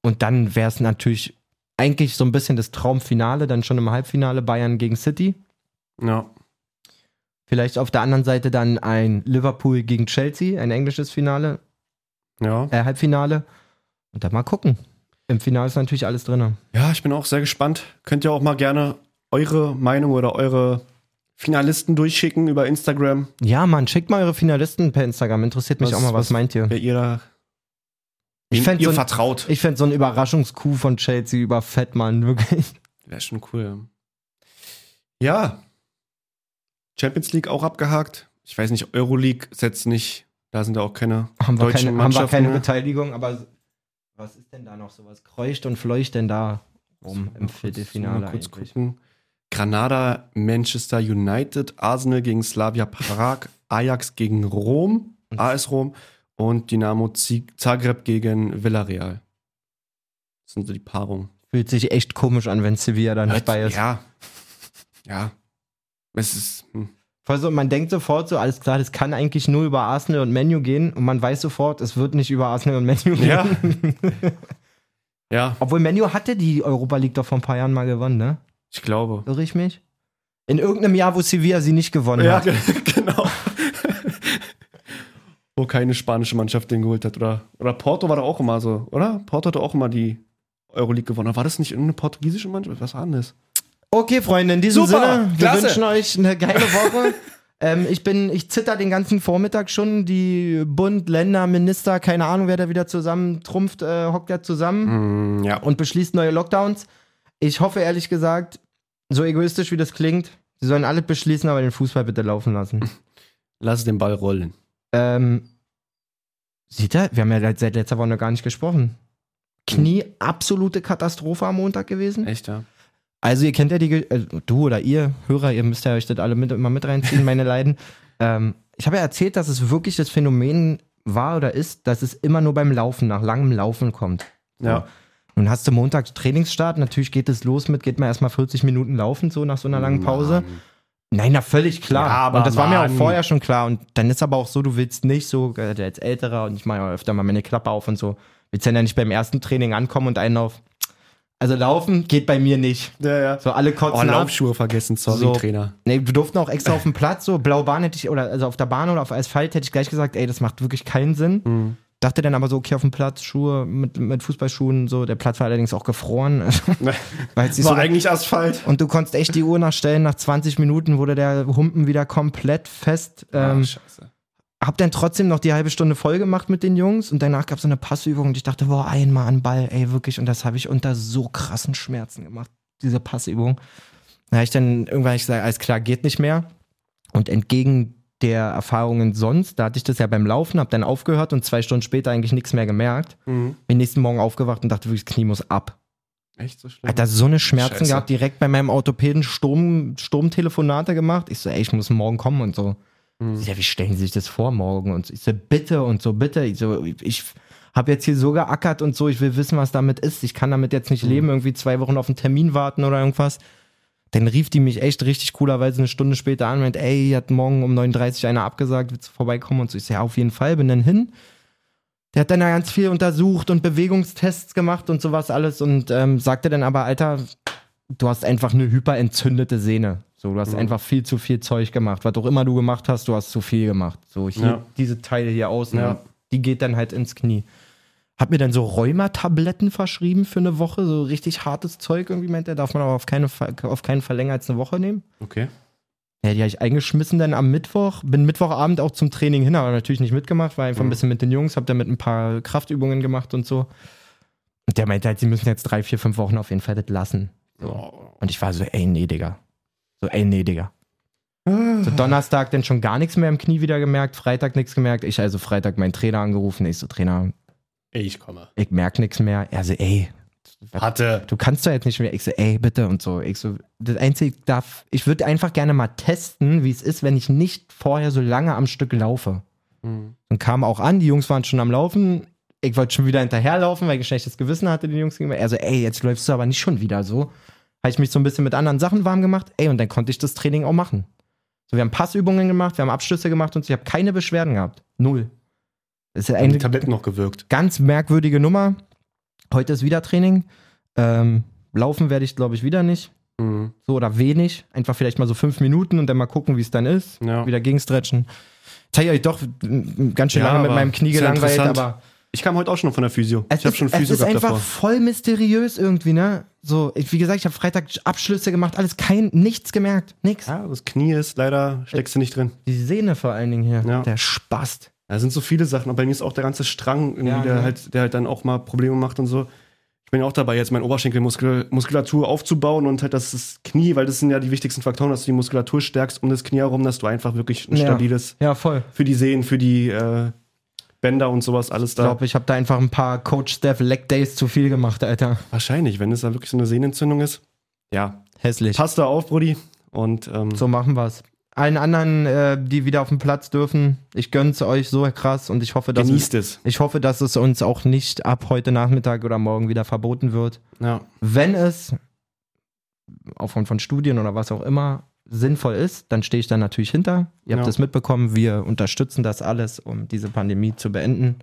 B: Und dann wäre es natürlich eigentlich so ein bisschen das Traumfinale, dann schon im Halbfinale Bayern gegen City.
A: ja.
B: Vielleicht auf der anderen Seite dann ein Liverpool gegen Chelsea, ein englisches Finale,
A: Ja.
B: äh, Halbfinale. Und dann mal gucken. Im Finale ist natürlich alles drin.
A: Ja, ich bin auch sehr gespannt. Könnt ihr auch mal gerne eure Meinung oder eure Finalisten durchschicken über Instagram,
B: Ja, Mann, schickt mal eure Finalisten per Instagram. Interessiert mich
A: Was-
B: auch mal, was,
A: was-
B: meint ihr?
A: wer ihr da
B: Ich
A: wem
B: fänd
A: ihr
B: so ein-
A: vertraut.
B: Ich fände so einen Überraschungskuh von Chelsea über Fettmann wirklich.
A: Wäre schon cool. Ja. Champions League auch abgehakt. Ich weiß nicht, Euroleague setzt nicht. Da sind ja auch keine
B: Haben wir,
A: deutschen
B: keine, haben wir
A: Mannschaften.
B: keine
A: mehr.
B: Beteiligung, aber was ist denn da noch so? Was kreucht und fleucht denn da rum
A: Mal
B: Um im
A: kurz-
B: Viertelfinale?
A: mal Kurz
B: eigentlich?
A: gucken. Granada, Manchester United, Arsenal gegen Slavia Prag, Ajax gegen Rom,
B: Und-
A: AS Rom und Dynamo Zi- Zagreb gegen Villarreal. Das sind so die Paarungen.
B: Fühlt sich echt komisch an, wenn Sevilla dann
A: Hört-
B: dabei ist.
A: ja. Ja. Es ist. Hm.
B: Voll so, man denkt sofort so, alles klar, das kann eigentlich nur über Arsenal und Menu gehen und man weiß sofort, es wird nicht über Arsenal und Menu gehen.
A: Ja. Ja,
B: Obwohl Menu hatte die Europa League doch vor ein paar Jahren mal gewonnen, ne?
A: ich glaube.
B: Irre ich mich? In irgendeinem Jahr, wo Sevilla sie nicht gewonnen
A: Ja,
B: hat.
A: ge- genau. Wo keine spanische Mannschaft den geholt hat. Oder, oder Porto war da auch immer so, oder? Porto hatte auch immer die Euroleague gewonnen. Aber War das nicht irgendeine portugiesische Mannschaft? Was war denn das?
B: Okay, Freunde, in diesem
A: Super,
B: Sinne, wir
A: klasse.
B: wünschen euch eine geile Woche. ähm, ich bin, ich zitter den ganzen Vormittag schon. Die Bund, Länder, Minister, keine Ahnung, wer da wieder zusammen trumpft, äh, hockt da zusammen
A: Mm, ja.
B: und beschließt neue Lockdowns. Ich hoffe ehrlich gesagt, so egoistisch wie das klingt, sie sollen alles beschließen, aber den Fußball bitte laufen lassen.
A: Lass den Ball rollen.
B: ähm, sieht er, wir haben ja seit- seit letzter Woche noch gar nicht gesprochen. Knie, absolute Katastrophe am Montag gewesen.
A: Echt, ja.
B: Also ihr kennt ja die, Ge- äh, du oder ihr, Hörer, ihr müsst ja euch das alle mit, immer mit reinziehen, meine Leiden. Ähm, ich habe ja erzählt, dass es wirklich das Phänomen war oder ist, dass es immer nur beim Laufen, nach langem Laufen kommt.
A: Ja.
B: Nun hast du Montag Trainingsstart, natürlich geht es los mit, geht man erstmal 40 Minuten laufen, so nach so einer langen Pause. Nein, na völlig klar.
A: Ja, aber
B: und das war mir auch
A: Mann.
B: vorher schon klar. Und dann ist aber auch so, du willst nicht so, äh, der jetzt älterer und ich mache ja öfter mal meine Klappe auf und so. Willst ja nicht beim ersten Training ankommen und einen auf. Also laufen geht bei mir nicht.
A: Ja, ja.
B: So alle
A: Oh,
B: kotzen ab.
A: Laufschuhe vergessen, sorry,
B: So.
A: Trainer.
B: Nee, wir durften auch extra auf dem Platz, so blaue Bahn hätte ich, oder also auf der Bahn oder auf Asphalt hätte ich gleich gesagt, ey, das macht wirklich keinen Sinn. Dachte dann aber so, okay, auf dem Platz, Schuhe mit, mit Fußballschuhen, so, der Platz war allerdings auch gefroren. Weil es nicht so
A: War eigentlich Asphalt.
B: und du konntest echt die Uhr nachstellen, nach 20 Minuten wurde der Humpen wieder komplett fest. Ähm,
A: scheiße.
B: hab dann trotzdem noch die halbe Stunde voll gemacht mit den Jungs und danach gab es so eine Passübung und ich dachte, boah, einmal an Ball, ey, wirklich. Und das habe ich unter so krassen Schmerzen gemacht, diese Passübung. Da habe ich dann irgendwann hab ich gesagt, alles klar, geht nicht mehr. Und entgegen der Erfahrungen sonst, da hatte ich das ja beim Laufen, habe dann aufgehört und zwei Stunden später eigentlich nichts mehr gemerkt.
A: Mhm.
B: Bin nächsten Morgen aufgewacht und dachte wirklich, das Knie muss ab.
A: Echt so schlimm.
B: Alter, so eine Schmerzen
A: Scheiße.
B: gehabt, direkt bei meinem Orthopäden Sturm, Sturmtelefonate gemacht. Ich so, ey, ich muss morgen kommen und so. Ich so, wie stellen Sie sich das vor morgen? Und so, ich so, bitte und so, bitte. Ich so, ich habe jetzt hier so geackert und so, ich will wissen, was damit ist. Ich kann damit jetzt nicht leben, irgendwie zwei Wochen auf einen Termin warten oder irgendwas. Dann rief die mich echt richtig coolerweise eine Stunde später an und meint, ey, hier hat morgen um 9.30 Uhr einer abgesagt, willst du vorbeikommen? Und so, ich so, ja, auf jeden Fall, bin dann hin. Der hat dann da ganz viel untersucht und Bewegungstests gemacht und sowas alles und ähm, sagte dann aber, Alter, du hast einfach eine hyperentzündete Sehne. So, du hast einfach viel zu viel Zeug gemacht. Was auch immer du gemacht hast, du hast zu viel gemacht. So, hier,
A: Ja.
B: diese Teile hier außen,
A: Ja.
B: die geht dann halt ins Knie. Hat mir dann so Rheumatabletten verschrieben für eine Woche, so richtig hartes Zeug irgendwie, meint er, darf man aber auf, keine, Fa- auf keinen Fall länger als eine Woche nehmen.
A: Okay.
B: Ja, die habe ich eingeschmissen dann am Mittwoch. Bin Mittwochabend auch zum Training hin, aber natürlich nicht mitgemacht, war einfach ein bisschen mit den Jungs, habe damit ein paar Kraftübungen gemacht und so. Und der meinte halt, sie müssen jetzt drei, vier, fünf Wochen auf jeden Fall das lassen.
A: Oh.
B: Und ich war so, ey, nee, Digga. So, ey, nee, Digga. So, Donnerstag dann schon gar nichts mehr im Knie wieder gemerkt, Freitag nichts gemerkt. Ich also Freitag meinen Trainer angerufen. Ich so, Trainer,
A: Ey, ich komme.
B: ich merke nichts mehr. Er so, ey,
A: Hatte.
B: du kannst doch jetzt nicht mehr. Ich so, ey, bitte und so. Ich so, das Einzige, ich darf, ich würde einfach gerne mal testen, wie es ist, wenn ich nicht vorher so lange am Stück laufe.
A: Mhm.
B: Und kam auch an, die Jungs waren schon am Laufen. Ich wollte schon wieder hinterherlaufen, weil ich ein schlechtes Gewissen hatte, den Jungs gegenüber. Er so, ey, jetzt läufst du aber nicht schon wieder so. Habe ich mich so ein bisschen mit anderen Sachen warm gemacht. Ey, und dann konnte ich das Training auch machen. So, wir haben Passübungen gemacht, wir haben Abschlüsse gemacht und so. ich habe keine Beschwerden gehabt. Null. Das ist
A: Haben
B: eine
A: die Tabletten noch gewirkt.
B: ganz merkwürdige Nummer. Heute ist wieder Training. Ähm, laufen werde ich, glaube ich, wieder nicht.
A: Mhm.
B: So oder wenig. Einfach vielleicht mal so fünf Minuten und dann mal gucken, wie es dann ist.
A: Ja.
B: Wieder gegenstretchen. Jetzt habe ich euch doch mm, ganz schön
A: Ja,
B: lange mit
A: aber
B: meinem Knie
A: ist ja
B: gelangweilt,
A: interessant.
B: aber.
A: Ich kam heute auch schon von der Physio.
B: Es
A: ich habe
B: ist-
A: schon Physio
B: Es ist
A: gehabt
B: einfach
A: davor.
B: voll mysteriös irgendwie, ne? So, ich, wie gesagt, ich habe Freitag Abschlüsse gemacht, alles kein, nichts gemerkt, nix.
A: Ja, das Knie ist leider, steckst du nicht drin.
B: Die Sehne vor allen Dingen hier,
A: Ja.
B: der spast.
A: Da sind so viele Sachen. Und bei mir ist auch der ganze Strang, irgendwie,
B: Ja,
A: der,
B: ne?
A: halt, der halt dann auch mal Probleme macht und so. Ich bin ja auch dabei, jetzt meine Oberschenkelmuskulatur aufzubauen und halt das, das Knie, weil das sind ja die wichtigsten Faktoren, dass du die Muskulatur stärkst um das Knie herum, dass du einfach wirklich ein
B: Ja.
A: stabiles,
B: Ja, voll.
A: für die Sehnen, für die äh, Bänder und sowas, alles
B: Ich
A: da.
B: glaube, ich habe da einfach ein paar Coach Staff Leg Days zu viel gemacht, Alter.
A: Wahrscheinlich, wenn es da wirklich so eine Sehnenentzündung ist. Ja,
B: Hässlich.
A: passt da auf, Brudi. Und ähm,
B: So machen wir's. Allen anderen, äh, die wieder auf den Platz dürfen, ich gönn's euch so krass und ich hoffe, dass
A: genießt es.
B: ich hoffe, dass es uns auch nicht ab heute Nachmittag oder morgen wieder verboten wird.
A: Ja.
B: wenn es aufgrund von Studien oder was auch immer sinnvoll ist, dann stehe ich da natürlich hinter. Ihr habt
A: Ja.
B: es mitbekommen, wir unterstützen das alles, um diese Pandemie zu beenden.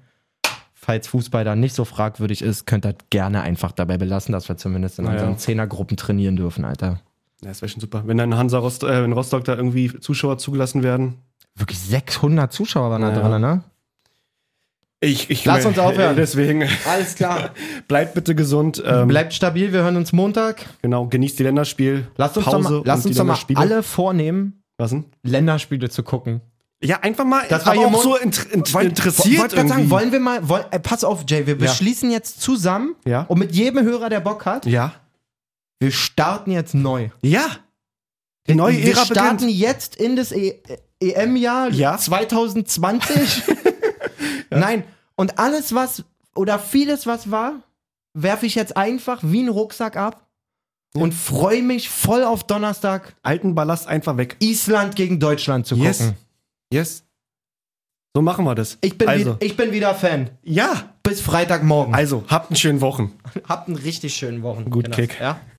B: Falls Fußball da nicht so fragwürdig ist, könnt ihr gerne einfach dabei belassen, dass wir zumindest in
A: Naja.
B: unseren Zehnergruppen trainieren dürfen, Alter.
A: ja, das wäre schon super. Wenn dann Hansa Rost äh, in Rostock da irgendwie Zuschauer zugelassen werden.
B: Wirklich 600 Zuschauer waren da
A: Naja.
B: drin, ne?
A: Ich, ich
B: Lass uns aufhören.
A: Deswegen
B: Alles klar.
A: bleibt bitte gesund. Ähm,
B: Bleibt stabil, wir hören uns Montag.
A: Genau, genießt die Länderspiel.
B: Lasst uns
A: Pause
B: doch mal, lasst
A: und die
B: uns doch mal
A: Länderspiele.
B: alle vornehmen,
A: Was denn?
B: Länderspiele zu gucken.
A: Ja, einfach mal.
B: Das war
A: aber
B: hier
A: auch
B: Mon-
A: so int int interessiert.
B: Interessiert wollte gerade sagen,
A: irgendwie.
B: wollen wir mal, woll, äh, pass auf, Jay, wir beschließen jetzt zusammen
A: Ja.
B: und mit jedem Hörer, der Bock hat,
A: Ja.
B: wir starten jetzt neu.
A: Ja. Die neue
B: wir
A: Ära
B: starten
A: beginnt.
B: jetzt in das e äh, EM-Jahr
A: Ja.
B: 2020. Nein, und alles, was oder vieles, was war, werfe ich jetzt einfach wie einen Rucksack ab und freue mich voll auf Donnerstag,
A: Alten Ballast einfach weg.
B: Island gegen Deutschland zu
A: Yes.
B: gucken.
A: Yes. So machen wir das.
B: Ich bin,
A: also.
B: wie, ich bin wieder Fan.
A: Ja.
B: Bis Freitagmorgen.
A: Also, habt einen schönen Wochen.
B: Habt einen richtig schönen Wochen.
A: Gut
B: Genau.
A: Kick.
B: Ja.